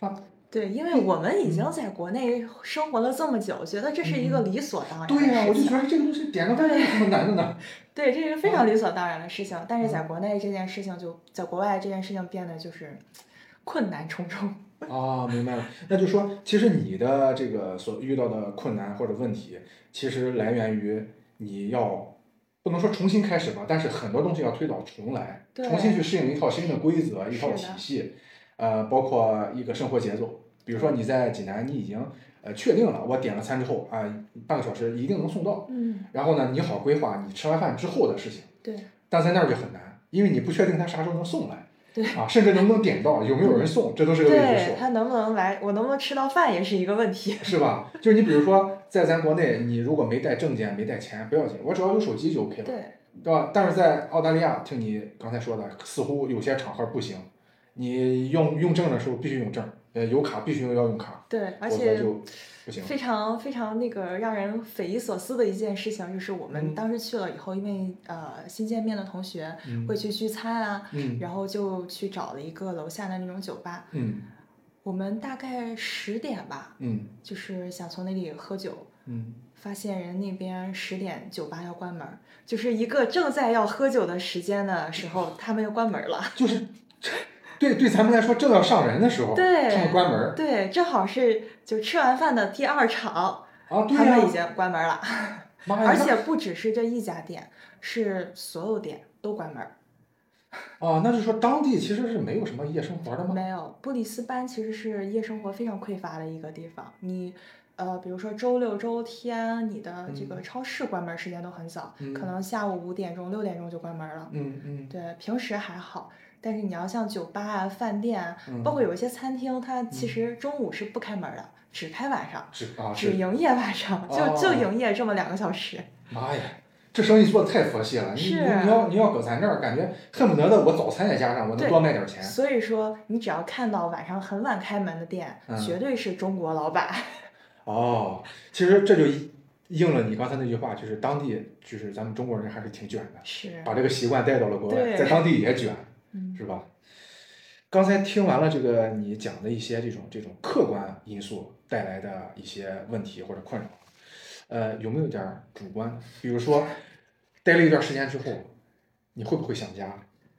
嗯吧？对，因为我们已经在国内生活了这么久，觉得这是一个理所当然嗯的事对情。呀、我就觉得这个东西点个赞有什么难的呢？对，这是非嗯常理所当然的事情，但是在国内这件事情就在国外这件事情变得就是 困难重重。哦，明白了，那就说，其实你的这个所遇到的困难或者问题，其实来源于你要不能说重新开始吧，但是很多东西要推倒重来，对重新去适应一套新的规则、一套是体的系，呃，包括一个生活节奏。比如说你在济南，你已经呃确定了，我点了餐之后啊、半个小时一定能送到。嗯，然后呢，你好规划你吃完饭之后的事情，对但在那儿就很难，因为你不确定他啥时候能送来，对啊，甚至能不能点到，有没有人送，这都是个未知数对，。他能不能来，我能不能吃到饭也是一个问题。是吧？就是你比如说，在咱国内，你如果没带证件、没带钱不要紧，我只要有手机就 OK 了，对，对吧？但是在澳大利亚，听你刚才说的，似乎有些场合不行，你用用证的时候必须用证，呃，有卡必须要用卡，对，而否则且就不行。非常非常那个让人匪夷所思的一件事情，就是我嗯们当时去了以后，因为呃新见面的同学嗯会去聚餐啊，嗯然后就去找了一个楼下的那种酒吧，嗯我们大概十点吧，嗯就是想从那里喝酒，嗯，发现人那边十点酒吧要关门儿，就是一个正在要喝酒的时间的时候，他们又关门儿了。就是对对咱们来说，正要上人的时候，对他们哦关门儿对，正好是就吃完饭的第二场，啊，对他呀、们已经关门儿了，妈呀， 而且不只是这一家店，是所有店都关门儿。那啊，那就说当地其实是没有什么夜生活的吗？没有，布里斯班其实是夜生活非常匮乏的一个地方。你，呃，比如说周六周天，你的这个嗯超市关门时间都很早，嗯可能下午五点钟、六点钟就关门了。嗯嗯对，平时还好，但是你要像酒吧啊、饭店啊，嗯，包括有一些餐厅，它其实中午是不开门的，只开晚上，是嗯啊只是营业晚上，就哦就营业这么两个小时。妈呀，这生意做的太佛系了！你你是你要你要搁咱这儿，感觉恨不得的我早餐也加上，我能对多卖点钱。所以说，你只要看到晚上很晚开门的店，嗯绝对是中国老板。 哦，其实这就一应了你刚才那句话，就是当地就是咱们中国人还是挺卷的，是，把这个习惯带到了国外，对在当地也卷，嗯是吧？刚才听完了这个你讲的一些这种这种客观因素带来的一些问题或者困扰，呃，有没有点儿主观？比如说，待了一段时间之后，你会不会想家？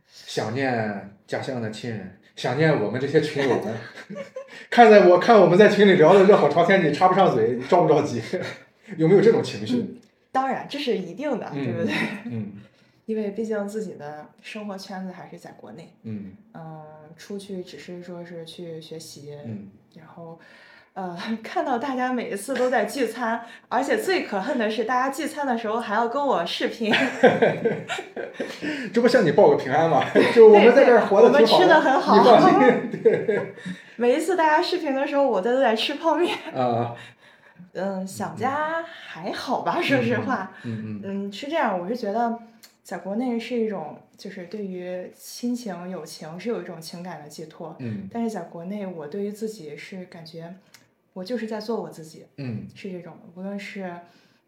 想念家乡的亲人，想念我们这些群友们。 看在我看我们在群里聊的热火朝天，你插不上嘴，你着不着急？ 有没有这种情绪？当然这是一定的，嗯对不对？嗯因为毕竟自己的生活圈子还是在国内，嗯嗯，出去只是说是去学习，嗯，然后，呃， 看到大家每一次都在聚餐，而且最可恨的是，大家聚餐的时候还要跟我 视频。嗯这不向你报个平安吗？ 就我们在这儿活得挺好我们吃得很好你放心。每一次大家视频的时候，我都在吃泡面。啊，嗯，想家还好吧，说实话。嗯嗯嗯，是这样，我是觉得，在国内是一种，就是对于亲情、友情是有一种情感的寄托，嗯但是在国内，我对于自己是感觉，我就是在做我自己，嗯是这种，无论是。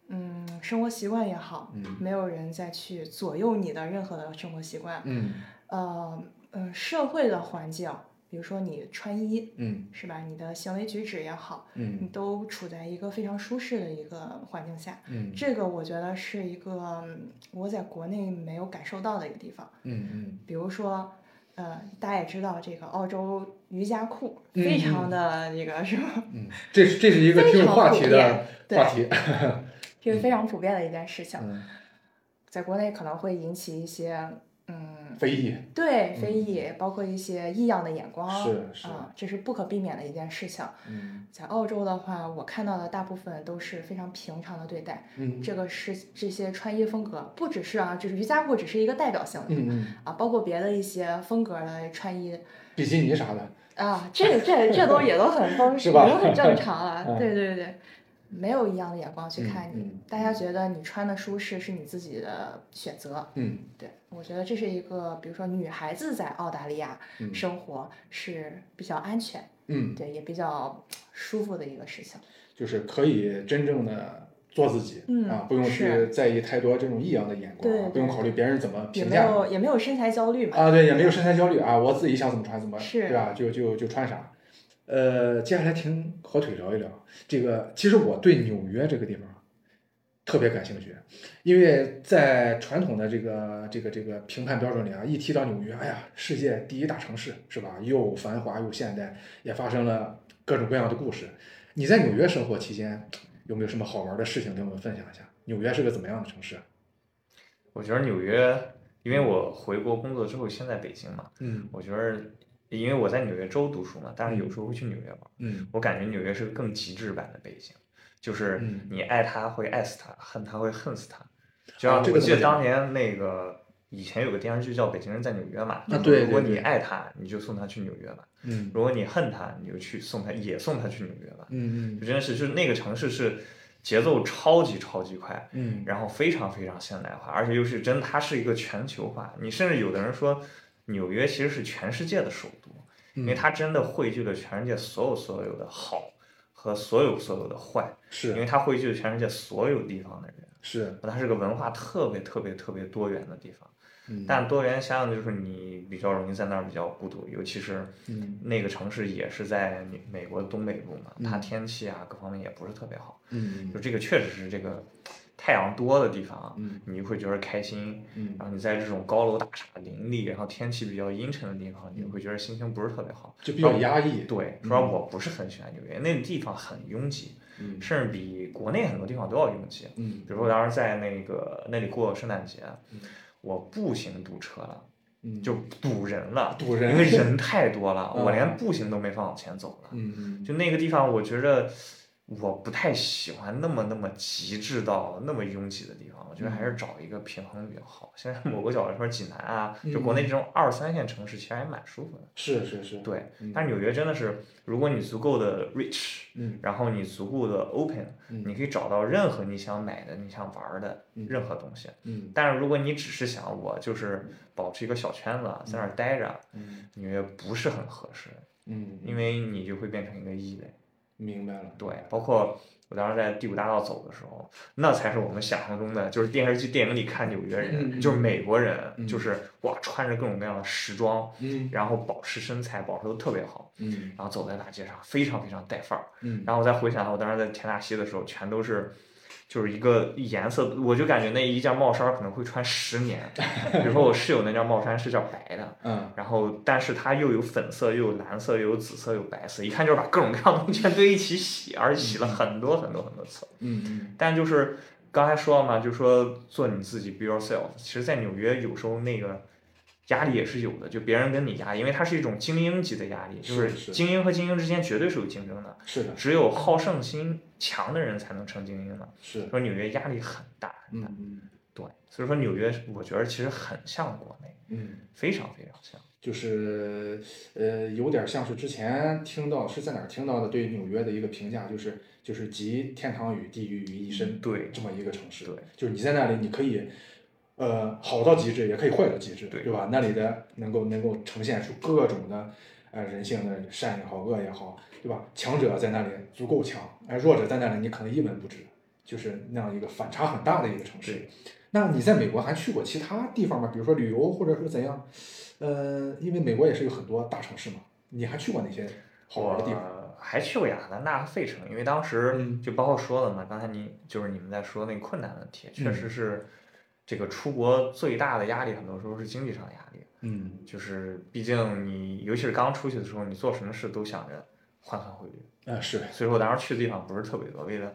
嗯，生活习惯也好，嗯没有人再去左右你的任何的生活习惯，嗯呃，嗯，社会的环境，比如说你穿衣嗯是吧，你的行为举止也好，你嗯都处在一个非常舒适的一个环境下。嗯这个我觉得是一个嗯我在国内没有感受到的一个地方。嗯比如说，呃，大家也知道这个澳洲瑜伽裤嗯非常嗯的这个什么，嗯，这是这是一个挺有话题的对话，题。这是非常普遍的一件事情，嗯，在国内可能会引起一些嗯非议对嗯非议，包括一些异样的眼光，是是啊，这是不可避免的一件事情。嗯在澳洲的话，我看到的大部分都是非常平常的对待，嗯这个是这些穿衣风格，不只是啊，就是瑜伽裤只是一个代表性的、嗯嗯，啊，包括别的一些风格的穿衣比基尼啥的，啊，这这这都也都很风是吧也都很正常嗯了，对对对。没有异样的眼光去看你，嗯嗯大家觉得你穿的舒适是你自己的选择，嗯对，我觉得这是一个，比如说女孩子在澳大利亚嗯生活是比较安全，嗯，对，也比较舒服的一个事情。就是可以真正的做自己、嗯啊，不用去是在意太多这种异样的眼光，对啊，不用考虑别人怎么也评嗯没价有也没有身材焦虑嘛。啊，对，也没有身材焦虑啊，我自己想怎么穿怎么，是对吧？就就就穿啥。呃，接下来听火腿聊一聊这个。其实我对纽约这个地方特别感兴趣，因为在传统的这个这个这个评判标准里啊，一提到纽约，哎呀，世界第一大城市是吧？又繁华又现代，也发生了各种各样的故事。你在纽约生活期间，有没有什么好玩的事情跟我们分享一下？纽约是个怎么样的城市？ 啊我觉得纽约，因为我回国工作之后先在北京嘛，嗯我觉得因为我在纽约州读书嘛，但是有时候会去纽约玩，嗯我感觉纽约是个更极致版的北京，就是嗯你爱他会爱死他，恨他会恨死他。就像啊这我个记怎得么当年那个以前有个电视剧叫《北京人在纽约》嘛，啊就是对如果对你对爱他，你就送他去纽约吧；嗯如果你恨他，你就去送他，也送他去纽约吧。嗯就真的是，就是那个城市是节奏超级超级快，嗯然后非常非常现代化，而且又是真的，它是一个全球化。你甚至有的人说，纽约其实是全世界的首都，嗯因为它真的汇聚了全世界所有所有的好和所有所有的坏，因是为它汇聚了全世界所有地方的人。是，它是个文化特别特别特别多元的地方，嗯但多元想想就是你比较容易在那儿比较孤独，尤其是嗯那个城市也是在美美国的东北部嘛，它嗯天气啊各方面也不是特别好。嗯就这个确实是这个太阳多的地方，啊嗯你会觉得开心。嗯然后你在这种高楼大厦林立，然后天气比较阴沉的地方，嗯你会觉得心情不是特别好。就比较压抑，对，嗯说我不是很喜欢纽约，那个地方很拥挤，嗯甚至比国内很多地方都要拥挤。嗯比如说我当时在那个那里过圣诞节嗯，我步行堵车了，嗯就堵人了，堵人因为人 太多了，我嗯连步行都没法往前走了。嗯就那个地方，我觉着我不太喜欢那么那么极致到那么拥挤的地方，我嗯觉得还是找一个平衡比较好。现在某个角度说济南啊，就嗯国内这种二三线城市其实还蛮舒服的。是是是，对嗯，但是纽约真的是，如果你足够的 rich，嗯然后你足够的 open，嗯你可以找到任何你想买的、你想玩的嗯任何东西。嗯但是如果你只是想我就是保持一个小圈子，啊在那儿待着，嗯纽约不是很合适，嗯，因为你就会变成一个异类。明白了，对，包括我当时在第五大道走的时候，那才是我们想象中的，就是电视剧、电影里看纽约嗯人，嗯就是美国人，嗯就是哇，穿着各种各样的时装，嗯然后保持身材，保持的特别好，嗯然后走在大街上非常非常带范儿。嗯，然后我再回想我当时在田纳西的时候，全都是。就是一个颜色，我就感觉那一件帽衫儿可能会穿十年。比如说我室友那件帽衫是件白的，嗯然后但是它又有粉色，又有蓝色，又有紫色，又有白色，一看就是把各种各样的东西全堆一起洗，而且洗了很多很多很多次。嗯但就是刚才说了嘛，就说做你自己，be yourself。其实，在纽约有时候那个压力也是有的，就别人跟你压力，因为它是一种精英级的压力，就是是精英和精英之间绝对是有竞争的，是的，只有好胜心强的人才能成精英嘛。是，说纽约压力很大很嗯大，嗯对，所以说纽约我觉得其实很像国内，嗯。非常非常像。就是呃，有点像是之前听到是在哪儿听到的对纽约的一个评价，就是就是集天堂与地狱于一身，嗯对这么一个城市，对，就是你在那里你可以。呃，好到极致，也可以坏到极致，对对吧？那里的能够能够呈现出各种的，呃，人性的善也好，恶也好，对吧？强者在那里足够强，而弱者在那里你可能一文不值，就是那样一个反差很大的一个城市对。那你在美国还去过其他地方吗？比如说旅游，或者说怎样？呃，因为美国也是有很多大城市嘛，你还去过哪些好玩的地方？我呃还去过亚特兰大和费城，因为当时嗯就包括说了嘛，刚才你就是你们在说那个困难问题，确嗯实是这个出国最大的压力，很多时候是经济上的压力，嗯就是毕竟你尤其是刚出去的时候，你做什么事都想着换算汇率，啊、是，所以说我当时去的地方不是特别多，为了。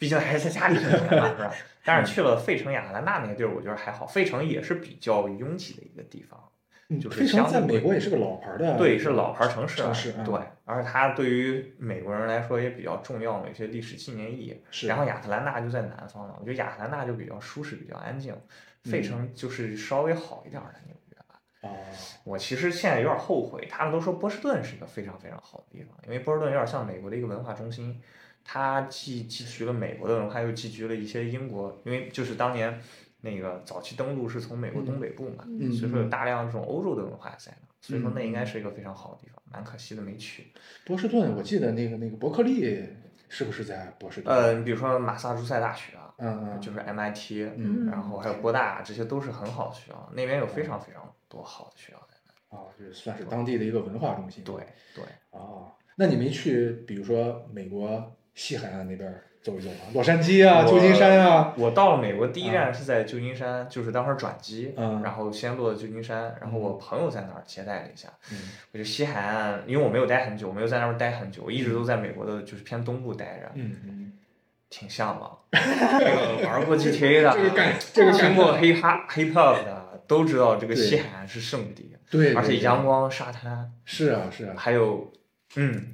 毕竟还是在家里很难嘛，是吧？但是去了费城、亚特兰大那个地儿，我觉得还好。费城也是比较拥挤的一个地方，嗯就是非常相在对美国也是个老牌的，对，是老牌城市啊，城市嗯对，而且它对于美国人来说也比较重要嘛，有些历史纪念意义。是，然后亚特兰大就在南方了，我觉得亚特兰大就比较舒适，比较安静。费嗯城就是稍微好一点儿的纽约吧。啊，我其实现在有点后悔，他们都说波士顿是一个非常非常好的地方，因为波士顿有点像美国的一个文化中心，它既寄居了美国的文化，又寄居了一些英国，因为就是当年那个早期登陆是从美国东北部嘛，嗯所以说有大量这种欧洲的文化在那，所以说那嗯应该是一个非常好的地方，蛮可惜的没去。波士顿，我记得那个那个伯克利是不是在博士读？呃，你比如说马萨诸塞大学啊，嗯嗯，就是 MIT，嗯哦然后还有波大，这些都是很好的学校，那边有非常非常多好的学校在那。啊，就是算是当地的一个文化中心。对对，哦，那你没去，比如说美国西海岸那边儿走一走吗？洛杉矶啊，我旧金山啊，我到了美国第一站是在旧金山，就是当时转机，嗯然后先落的旧金山，然后我朋友在那儿接待了一下，嗯我就西海岸，因为我没有待很久，我没有在那边待很久，我一直都在美国的就是偏东部待着，嗯嗯，挺向往， 这个玩过 GTA 的，啊这个感这个听感过 hip hop hip hop 的都知道这个对西海岸是圣地，对，而且对对阳光、沙滩，是啊是啊，还有嗯，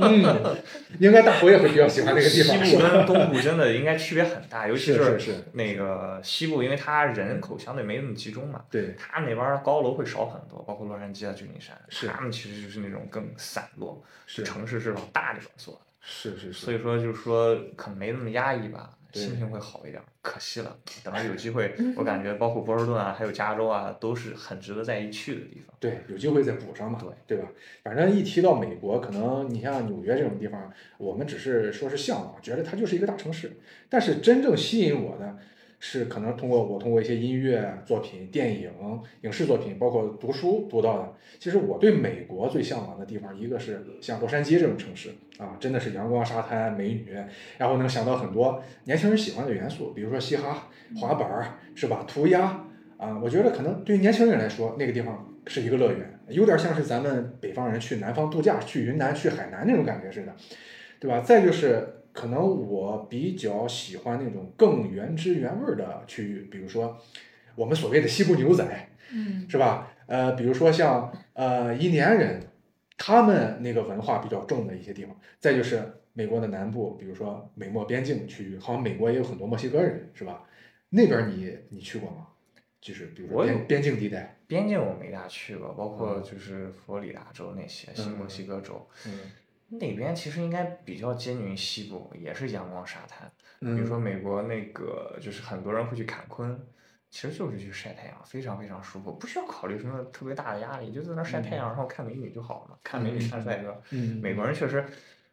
嗯，应该大伙也会比较喜欢那个地方， 西是部吧跟东部真的应该区别很大，尤其是是是，那个西部，因为它人口相对没那么集中嘛，对，它那边儿高楼会少很多，包括洛杉矶啊、旧金山，是他们其实就是那种更散落，是城市是往大里边做的，是是所是，以说就是说可能没那么压抑吧，对心情会好一点儿。可惜了，等到有机 会，我感觉包括波士顿啊，还有加州啊，都是很值得在一去的地方。对，有机会再补上嘛，对对吧？反正一提到美国，可能你像纽约这种地方，我们只是说是向往，觉得它就是一个大城市，但是真正吸引我的。是可能通过我通过一些音乐作品、电影、影视作品，包括读书读到的。其实我对美国最向往的地方，一个是像洛杉矶这种城市啊，真的是阳光、沙滩、美女，然后能想到很多年轻人喜欢的元素，比如说嘻哈、滑板儿是吧？涂鸦啊，我觉得可能对于年轻人来说，那个地方是一个乐园，有点像是咱们北方人去南方度假、去云南、去海南那种感觉似的，对吧？再就是可能我比较喜欢那种更原汁原味儿的区域，比如说我们所谓的西部牛仔， 嗯是吧？呃，比如说像呃印第安人，他们那个文化比较重的一些地方，再就是美国的南部，比如说美墨边境区域，好像美国也有很多墨西哥人，是吧？那边你你去过吗？就是比如说我有边边境地带，边境我没大去过，包括就是佛罗里达州那些，新墨西哥州嗯，那边其实应该比较接近于西部，也是阳光沙滩。比如嗯说美国那个，就是很多人会去坎昆，其实就是去晒太阳，非常非常舒服，不需要考虑什么特别大的压力，就在那儿晒太阳，然后看美女就好了，看美女看帅哥。嗯美国人确实，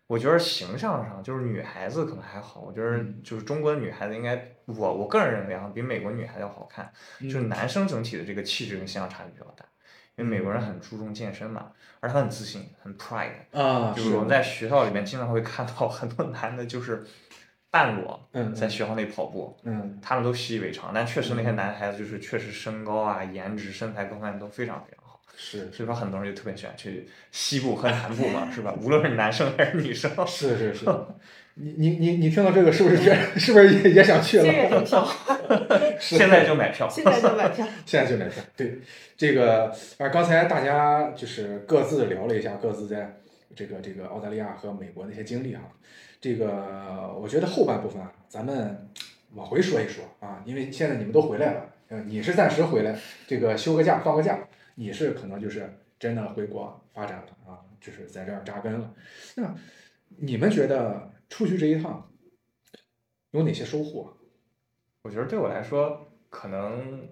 我觉得形象上就是女孩子可能还好，我觉得嗯就是中国的女孩子应该，我我个人认为啊，比美国女孩子要好看，嗯就是男生整体的这个气质跟形象差距比较大。因为美嗯国人很注重健身嘛，而且他很自信，很 pride，啊，就是我们在学校里面经常会看到很多男的，就是半裸嗯在学校内跑步，嗯他们都习以为常。但确实那些男孩子就是确实身高啊、颜值、身材各方面都非常非常好，是所以说很多人就特别喜欢去西部和南部嘛，是吧？无论是男生还是女生，是是 是，你你你你听到这个是不是觉得是不是也也想去这了？ 个挺票，现在就买票。现在就买票。现在就来看，对这个，啊，刚才大家就是各自聊了一下各自在这个这个澳大利亚和美国的一些经历哈。啊这个我觉得后半部分啊，咱们往回说一说啊，因为现在你们都回来了，呃，你是暂时回来，这个休个假放个假，你是可能就是真的回国发展了啊，就是在这儿扎根了。那你们觉得出去这一趟有哪些收获？我觉得对我来说，可能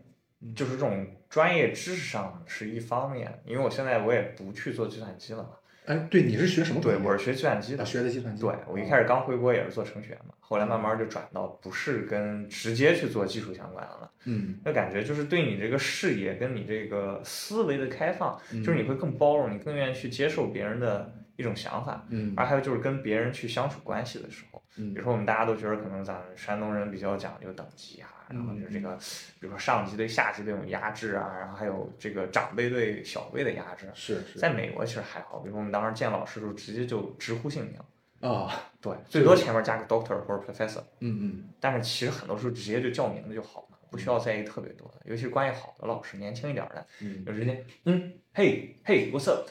就是这种专业知识上是一方面，因为我现在我也不去做计算机了嘛。哎，对，你是学什么专对，业？我是学计算机啊的，学的计算机。对，我一哦开始刚回国也是做程序员嘛，后来慢嗯慢就转到不是跟直接去做技术相关的了，嗯。那感觉就是对你这个视野跟你这个思维的开放，嗯就是你会更包容，你更愿意去接受别人的一种想法。嗯而还有就是跟别人去相处关系的时候，啊比嗯如说我们大家都觉得可能咱们山东人比较讲究等级啊，然后就是这嗯个，比如说上级对下级的这种压制啊，然后还有这个长辈对小辈的压制。嗯是是在美国其实还好，比如说我们当时见老师的时候直接就直呼姓名，啊，对，最多前面加个 doctor 或者 professor，嗯嗯但是其实很多时候直接就叫名字就好嘛，不需要在意特别多的，尤其是关系好的老师，年轻一点儿的，嗯，就直接嗯，嘿嘿，what's up，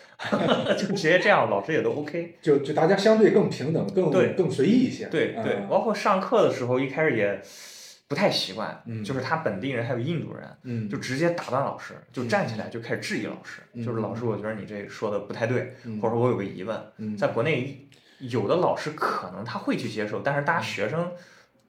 就 直接这样，老师也都 OK。嗯就就大家相对更平等，更对更随意一些。对嗯哦对，包括上课的时候一开始也不太习惯，嗯就是他本地人还有印度人，嗯，就直接打断老师，就站起来就开始质疑老师，嗯就是老师，我觉得你这说的不太对，嗯或者说我有个疑问，嗯在国内有的老师可能他会去接受，但是嗯大家学生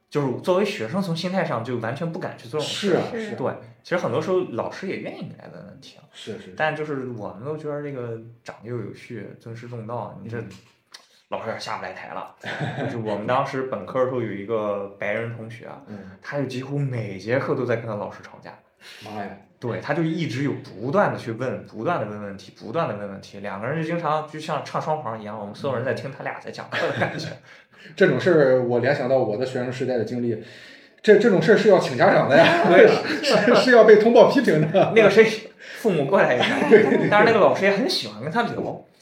就是作为学生，从心态上就完全不敢去做这种是事。啊是是啊对，其实很多时候老师也愿意来问问题啊，是是，但就是我们都觉得这个长幼有序、尊师重道，你这嗯老师有点下不来台了。 就是我们当时本科的时候有一个白人同学啊，嗯，他就几乎每节课都在跟他老师吵架。妈呀，对，他就一直有不断的去问，不断的问问题，不断的问问题，两个人就经常就像唱双簧一样，我们所有人在听他俩在讲课的 感觉。这种事儿我联想到我的学生时代的经历，这这种事儿是要请家长的呀，对，啊 是是要被通报批评的，那个谁，父母过来一下，但是那个老师也很喜欢跟他聊，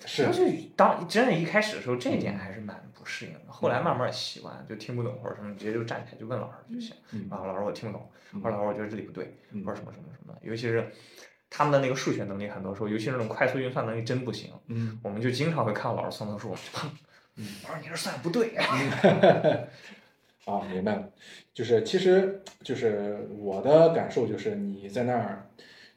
是啊嗯他就当真的一开始的时候，这一点还是蛮不适应的，后来慢慢习惯，就听不懂或者什么，直接就站起来就问老师就行。嗯啊，老师我听不懂，嗯或者老师我觉得这里不对，嗯或者什么什么什么的，尤其是他们的那个数学能力，很多时候，尤其是那种快速运算能力真不行，嗯，我们就经常会看老师算的数，我们就碰，老师你这算的不对，嗯啊，明白了，就是其实就是我的感受就是你在那儿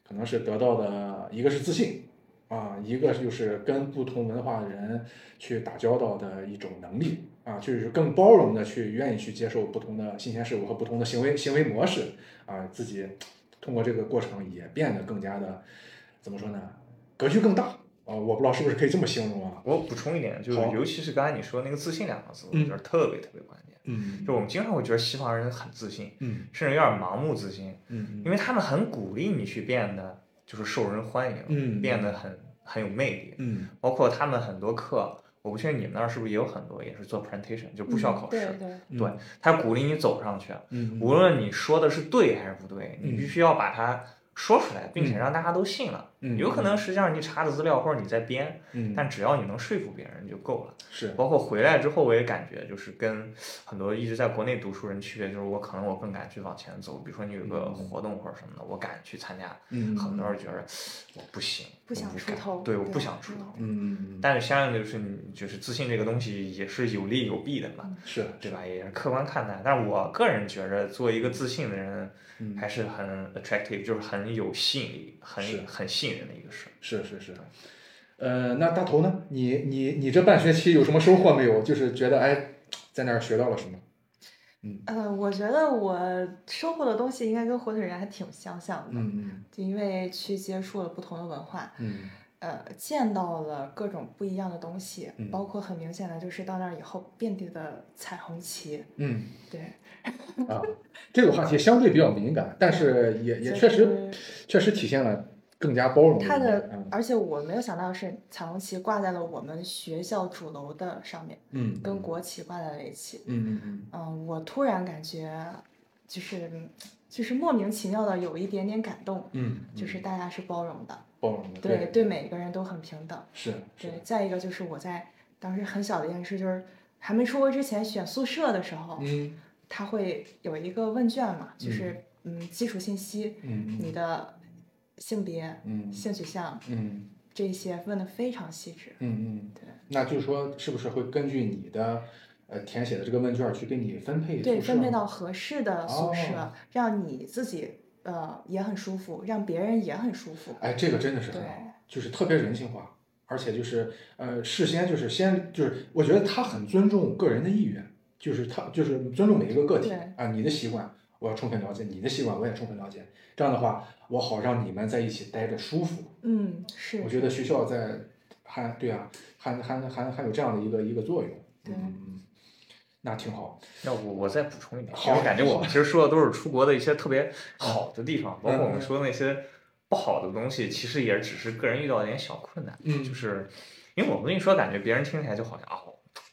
可能是得到的一个是自信。啊，一个就是跟不同文化的人去打交道的一种能力啊，就是更包容的去愿意去接受不同的新鲜事物和不同的行为行为模式啊，自己通过这个过程也变得更加的怎么说呢，格局更大啊，我不知道是不是可以这么形容啊，我补充一点，就是好尤其是刚才你说那个自信两个字，我嗯觉得特别特别关键。嗯就我们经常会觉得西方人很自信，嗯甚至有点盲目自信，嗯因为他们很鼓励你去变得就是受人欢迎，嗯变得很很有魅力。嗯包括他们很多课，我不确定你们那儿是不是也有很多也是做 presentation，就不需要考试。嗯对对，对，他鼓励你走上去，嗯无论你说的是对还是不对，你嗯必须要把它说出来，并且让大家都信了。嗯有可能实际上你查的资料或者你在编，嗯但只要你能说服别人就够了。是包括回来之后，我也感觉就是跟很多一直在国内读书人区别，就是我可能我更敢去往前走。比如说你有个嗯活动或者什么的，我敢去参加。嗯很多人觉得我不行，不想我出敢头对，我对啊不吧想出头。嗯但是相应的就是你就是自信这个东西也是有利有弊的嘛，是嗯对吧？也是客观看待。但是我个人觉着，作为一个自信的人，嗯还是很 attractive，就是很有吸引力，很是很吸引人的一个事儿。是是是。呃，那大头呢？你你你这半学期有什么收获没有？就是觉得哎，在那儿学到了什么？呃，我觉得我收获的东西应该跟火腿人还挺相像的，嗯就因为去接触了不同的文化，嗯呃，见到了各种不一样的东西，嗯包括很明显的就是到那儿以后遍地的彩虹旗，嗯对，嗯啊，这个话题相对比较敏感，但是也也就确实是确实体现了更加包容它一面嗯的，而且我没有想到是彩虹旗挂在了我们学校主楼的上面，嗯嗯跟国旗挂在了一起。嗯嗯嗯嗯、我突然感觉，就是就是莫名其妙的有一点点感动，嗯，就是大家是包容的，包容的，对对对，每个人都很平等。是是对，再一个就是我在当时很小的一件事，就是还没出国之前选宿舍的时候，嗯他会有一个问卷嘛，就是嗯基础信息，嗯你的性别、嗯性取向嗯这些问的非常细致。嗯嗯，对那就是说是不是会根据你的呃填写的这个问卷儿去给你分配对，宿舍分配吗到合适的宿舍，哦让你自己呃也很舒服，让别人也很舒服。哎，这个真的是对很好，就是特别人性化，而且就是呃，事先就是先就是，我觉得他很尊重个人的意愿，就是他就是尊重每一个个体对啊，你的习惯我要充分了解，你的习惯我也充分了解，这样的话我好让你们在一起待着舒服。嗯，是我，觉得学校在还对啊，还还还还有这样的一个一个作用，对嗯嗯，嗯那挺好，要不我再补充一点，好因为我感觉 我们其实说的都是出国的一些特别好的地方，包括我嗯们说的那些不好的东西，其实也只是个人遇到一点小困难。嗯就是因为我跟你说，感觉别人听起来就好像啊、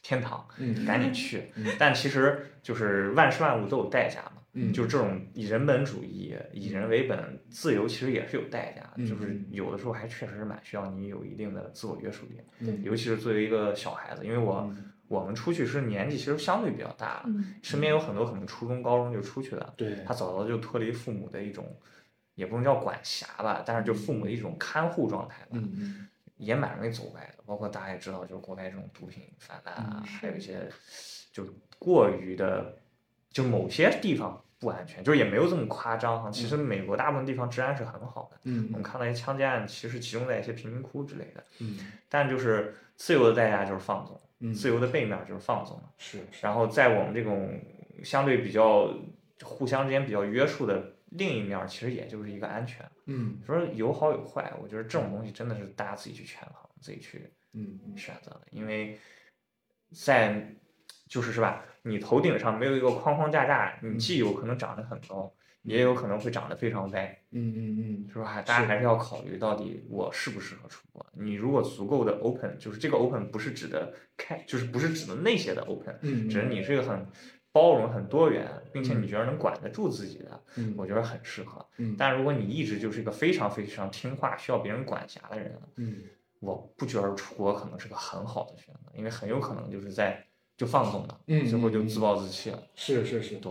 天堂，嗯赶紧去嗯。但其实就是万事万物都有代价嘛，嗯，就是这种以人本主义、以人为本、自由，其实也是有代价的，嗯就是有的时候还确实是蛮需要你有一定的自我约束力，嗯尤其是作为一个小孩子，因为我嗯我们出去是年纪其实相对比较大的，嗯，身边有很多可能初中、高中就出去了，对他早早就脱离父母的一种，也不能叫管辖吧，但是就父母的一种看护状态吧，嗯嗯也蛮容易走歪的。包括大家也知道，就是国内这种毒品泛滥啊，嗯还有一些就过于的，就某些地方不安全，就是也没有这么夸张哈。其实美国大部分地方治安是很好的，我们嗯看到一些枪击案，其实集中在一些贫民窟之类的。嗯但就是自由的代价就是放纵，嗯，自由的背面就是放纵。是是啊然后在我们这种相对比较互相之间比较约束的另一面儿，其实也就是一个安全。嗯你说有好有坏，我觉得这种东西真的是大家自己去权衡、自己去嗯嗯选择的，因为在就是是吧？你头顶上没有一个框框架架，你既有可能长得很高，也有可能会长得非常歪，嗯嗯嗯，是吧？大家是还是要考虑到底我适不适合出国。你如果足够的 open，就是这个 open 不是指的开，就是不是指的那些的 open，嗯，只是你是一个很包容、很多元，并且嗯你觉得能管得住自己的，嗯，我觉得很适合。嗯，但如果你一直就是一个非常非常听话、需要别人管辖的人，嗯我不觉得出国可能是个很好的选择，因为很有可能就是在就放纵了，嗯最后就嗯自暴自弃了。是是是，对，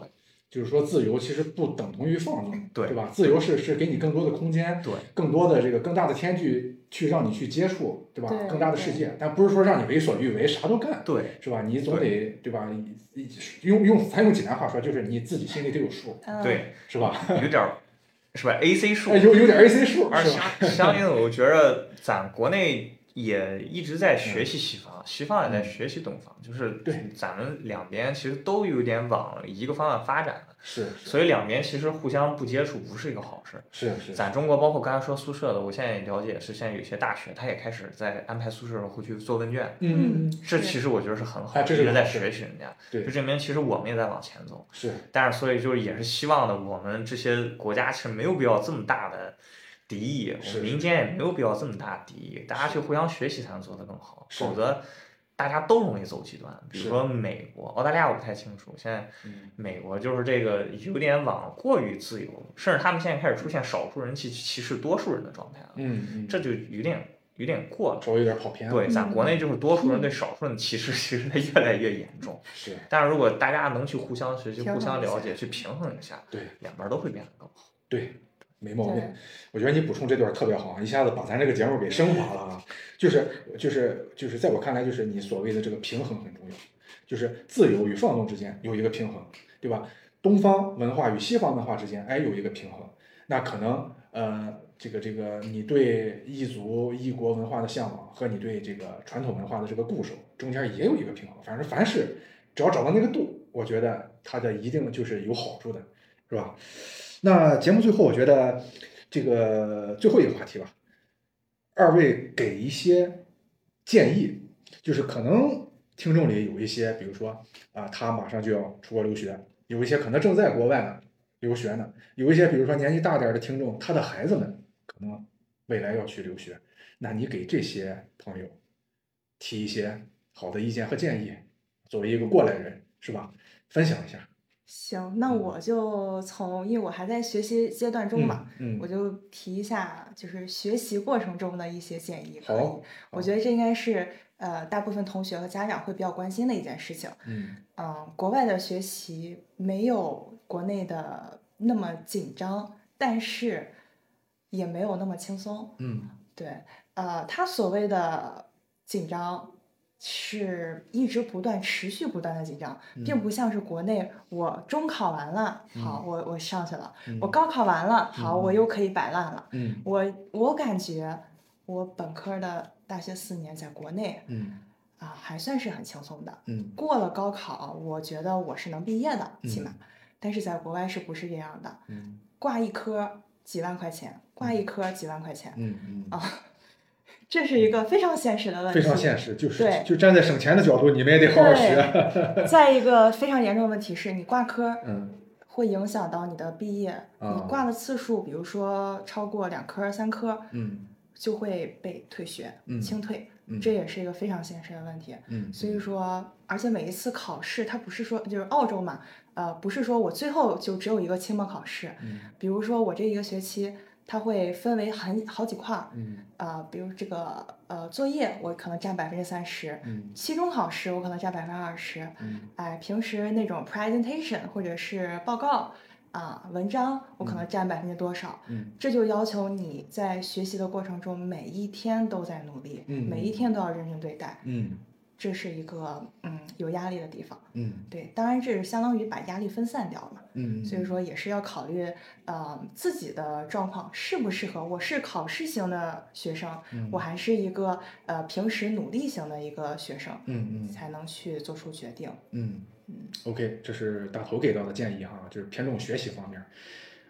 就是说自由其实不等同于放纵，对对吧？自由是是给你更多的空间，对，更多的这个更大的天去去让你去接触，对吧？对更大的世界，但不是说让你为所欲为，啥都干，对，是吧？你总得对吧？你你用用咱用济南话说，就是你自己心里得有数，嗯，对，是吧？ 有点儿是吧？A C 数哎，，有有点 A C 数，而是吧？相 相应的，我觉着咱国内也一直在学习西方，西方也在学习东方，就是嗯对咱们两边其实都有点往一个方向发展了，是所以两边其实互相不接触不是一个好事儿。是是，咱中国包括刚才说宿舍的，我现在也了解是现在有些大学它也开始在安排宿舍会去做问卷，嗯，这其实我觉得是很好，哎这一是直在好事学习人家，对就证明其实我们也在往前走。是但是所以就是也是希望的，我们这些国家是没有必要这么大的敌意，我是们民间也没有必要这么大的敌意，大家去互相学习才能做得更好，是否则大家都容易走极端。比是如说美国、澳大利亚我不太清楚，现在嗯美国就是这个有点往过于自由，甚至他们现在开始出现少数人歧歧视多数人的状态了，嗯嗯，这就有点有点过了。稍微有点跑偏了，对，咱国内就是多数人嗯对少数人的歧视，其实它越来越严重。是但是如果大家能去互相学习、平衡互相一下了解、去平衡一下，对两边都会变得更好。对，没毛病对。我觉得你补充这段特别好，一下子把咱这个节目给升华了啊！就是就是就是，在我看来，就是你所谓的这个平衡很重要，就是自由与放纵之间有一个平衡，对吧？东方文化与西方文化之间，哎，有一个平衡。那可能呃，这个这个，你对异族异国文化的向往和你对这个传统文化的这个固守中间也有一个平衡。反正凡事只要找到那个度，我觉得它的一定就是有好处的，是吧？那节目最后，我觉得这个最后一个话题吧，二位给一些建议，就是可能听众里有一些，比如说啊、他马上就要出国留学，有一些可能正在国外呢留学呢，有一些比如说年纪大点儿的听众，他的孩子们可能未来要去留学，那你给这些朋友提一些好的意见和建议，作为一个过来人是吧，分享一下，行，那我就从，因为我还在学习阶段中嘛，嗯嗯，我嗯，就提一下，就是学习过程中的一些建议。可以好，我觉得这应该是呃大部分同学和家长会比较关心的一件事情。嗯嗯，国外的学习没有国内的那么紧张，但是也没有那么轻松。嗯对，呃，他所谓的紧张是一直不断、持续不断的紧张，并嗯不像是国内我中考完了，好，我我上去了；嗯我高考完了，好，我嗯又可以摆烂了。嗯我我感觉我本科的大学四年在国内嗯啊、还算是很轻松的。嗯过了高考，我觉得我是能毕业的，起嗯码。但是在国外是不是这样的？嗯挂一科几万块钱，挂一科几万块钱，嗯啊嗯，这是一个非常现实的问题。非常现实，就是对就站在省钱的角度，你们也得好好学。 再一个非常严重的问题是你挂科嗯会影响到你的毕业，啊你挂的次数，比如说超过两科、三科，嗯就会被退学、嗯清退，嗯这也是一个非常现实的问题。嗯，所以说，而且每一次考试，它不是说就是澳洲嘛，呃，不是说我最后就只有一个期末考试，嗯比如说我这一个学期，它会分为很好几块儿，嗯呃，比如这个呃作业我可能占百分之三十，嗯期中考试我可能占百分之二十，嗯哎，平时那种 presentation 或者是报告啊、文章，我可能占百分之多少？嗯这就要求你在学习的过程中，每一天都在努力，嗯每一天都要认真对待，嗯这是一个嗯有压力的地方。嗯对，当然这是相当于把压力分散掉嘛，嗯，所以说也是要考虑呃自己的状况适不适合。我是考试型的学生，嗯我还是一个呃平时努力型的一个学生，嗯嗯才能去做出决定。嗯，OK，这是大头给到的建议哈，就是偏重学习方面。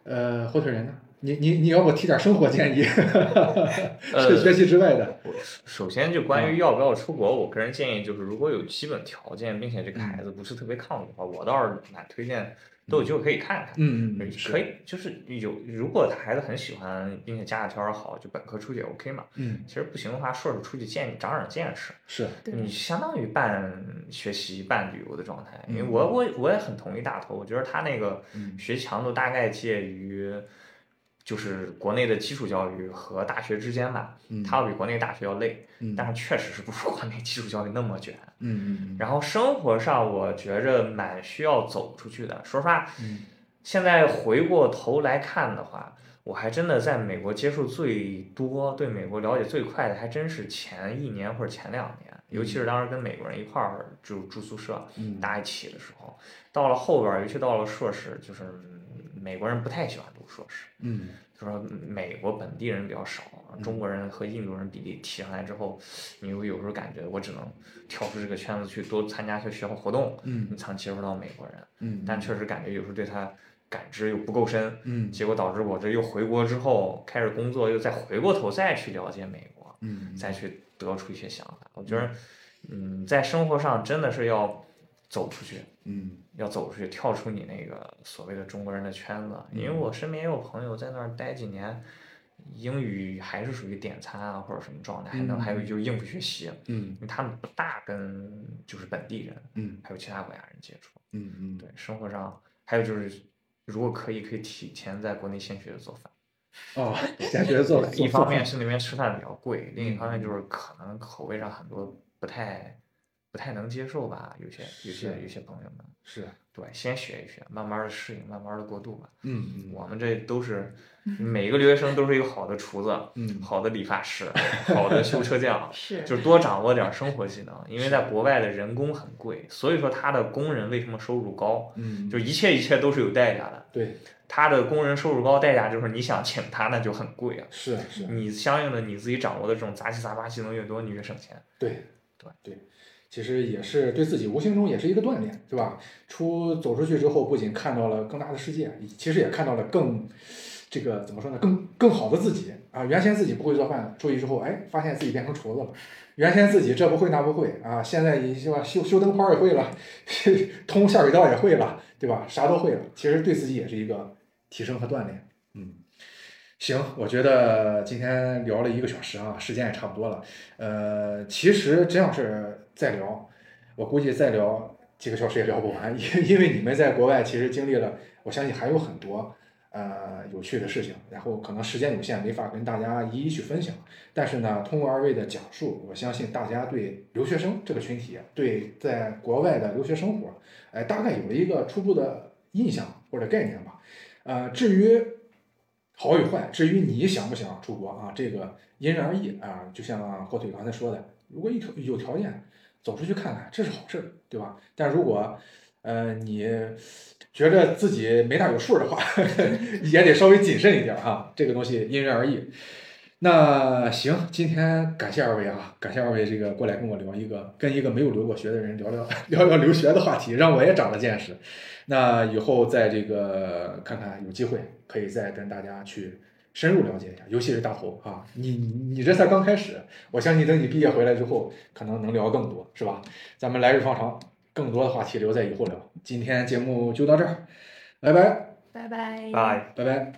呃，火腿人呢？你你你要我提点生活建议， 呃是学习之外的，首先就关于要不要出国，我个人建议就是，如果有基本条件，并且这个孩子不是特别抗拒的话，我倒是蛮推荐都有机会可以看看。嗯对嗯，是可以，就是有，如果他孩子很喜欢，并且家里条件好，就本科出去也 OK 嘛。嗯其实不行的话，硕士出去见长长见识，是，对，你相当于半学习半旅游的状态。因为嗯我我我也很同意大头，我觉得他那个嗯学习强度大概介于，就是国内的基础教育和大学之间吧。嗯它要比国内大学要累，嗯但是确实是不如国内基础教育那么卷。嗯嗯然后生活上，我觉着蛮需要走出去的。说实话，嗯现在回过头来看的话，我还真的在美国接触最多、对美国了解最快的，还真是前一年或者前两年，尤其是当时跟美国人一块儿住住宿舍，嗯大家一起的时候。到了后边儿，尤其到了硕士，就是嗯美国人不太喜欢读硕士。嗯就说美国本地人比较少，中国人和印度人比例提上来之后，你有有时候感觉我只能跳出这个圈子去多参加一些学校活动， 嗯你才能接触到美国人。嗯，但确实感觉有时候对他感知又不够深，嗯结果导致我这又回国之后开始工作，又再回过头再去了解美国，嗯再去得出一些想法。我觉得，嗯，在生活上真的是要走出去，嗯要走出去，跳出你那个所谓的中国人的圈子。因为我身边也有朋友在那儿待几年，英语还是属于点餐啊或者什么状态，还能嗯还有就是应付学习，嗯因为他们不大跟就是本地人嗯还有其他国家人接触。嗯嗯，对，生活上还有就是，如果可以，可以提前在国内先学着做饭。哦，先学做，做 一方面做是那边吃饭比较贵，另一嗯方面就是可能口味上很多不太不太能接受吧，有些有些是有些朋友们。是，对，先学一学，慢慢的适应，慢慢的过渡吧。嗯嗯，我们这都是每个留学生都是一个好的厨子，嗯好的理发师，好的修车 匠是 就是多掌握点儿生活技能。因为在国外的人工很贵，所以说他的工人为什么收入高，嗯就一切一切都是有代价的。对，他的工人收入高，代价就是你想请他那就很贵啊。是是，你相应的你自己掌握的这种杂七杂八技能越多，你越省钱。对对对，其实也是对自己无形中也是一个锻炼，对吧？出走出去之后，不仅看到了更大的世界，其实也看到了更这个怎么说呢，更更好的自己啊。原先自己不会做饭，出去之后，哎，发现自己变成厨子了。原先自己这不会那不会啊，现在你是吧，修修灯泡也会了， 通下水道也会了，对吧？啥都会了，其实对自己也是一个提升和锻炼。嗯，行，我觉得今天聊了一个小时啊，时间也差不多了。呃，其实真要是再聊，我估计再聊几个小时也聊不完，因因为你们在国外其实经历了，我相信还有很多呃有趣的事情，然后可能时间有限，没法跟大家一一去分享。但是呢，通过二位的讲述，我相信大家对留学生这个群体，啊对在国外的留学生活，哎、大概有了一个初步的印象或者概念吧。呃，至于好与坏，至于你想不想出国啊，这个因人而异啊。就像火腿刚才说的，如果一条有条件，走出去看看，这是好事儿，对吧？但如果呃你觉着自己没大有数的话， 也得稍微谨慎一点哈、这个东西因人而异。那行，今天感谢二位啊，感谢二位这个过来跟我聊一个跟一个没有留过学的人聊聊聊聊留学的话题，让我也长了见识。那以后在这个看看有机会可以再跟大家去深入了解一下，尤其是大头啊，你你你这才刚开始，我相信等你毕业回来之后，可能能聊更多，是吧？咱们来日方长，更多的话题留在以后聊。今天节目就到这儿，拜拜，拜拜。拜。拜拜。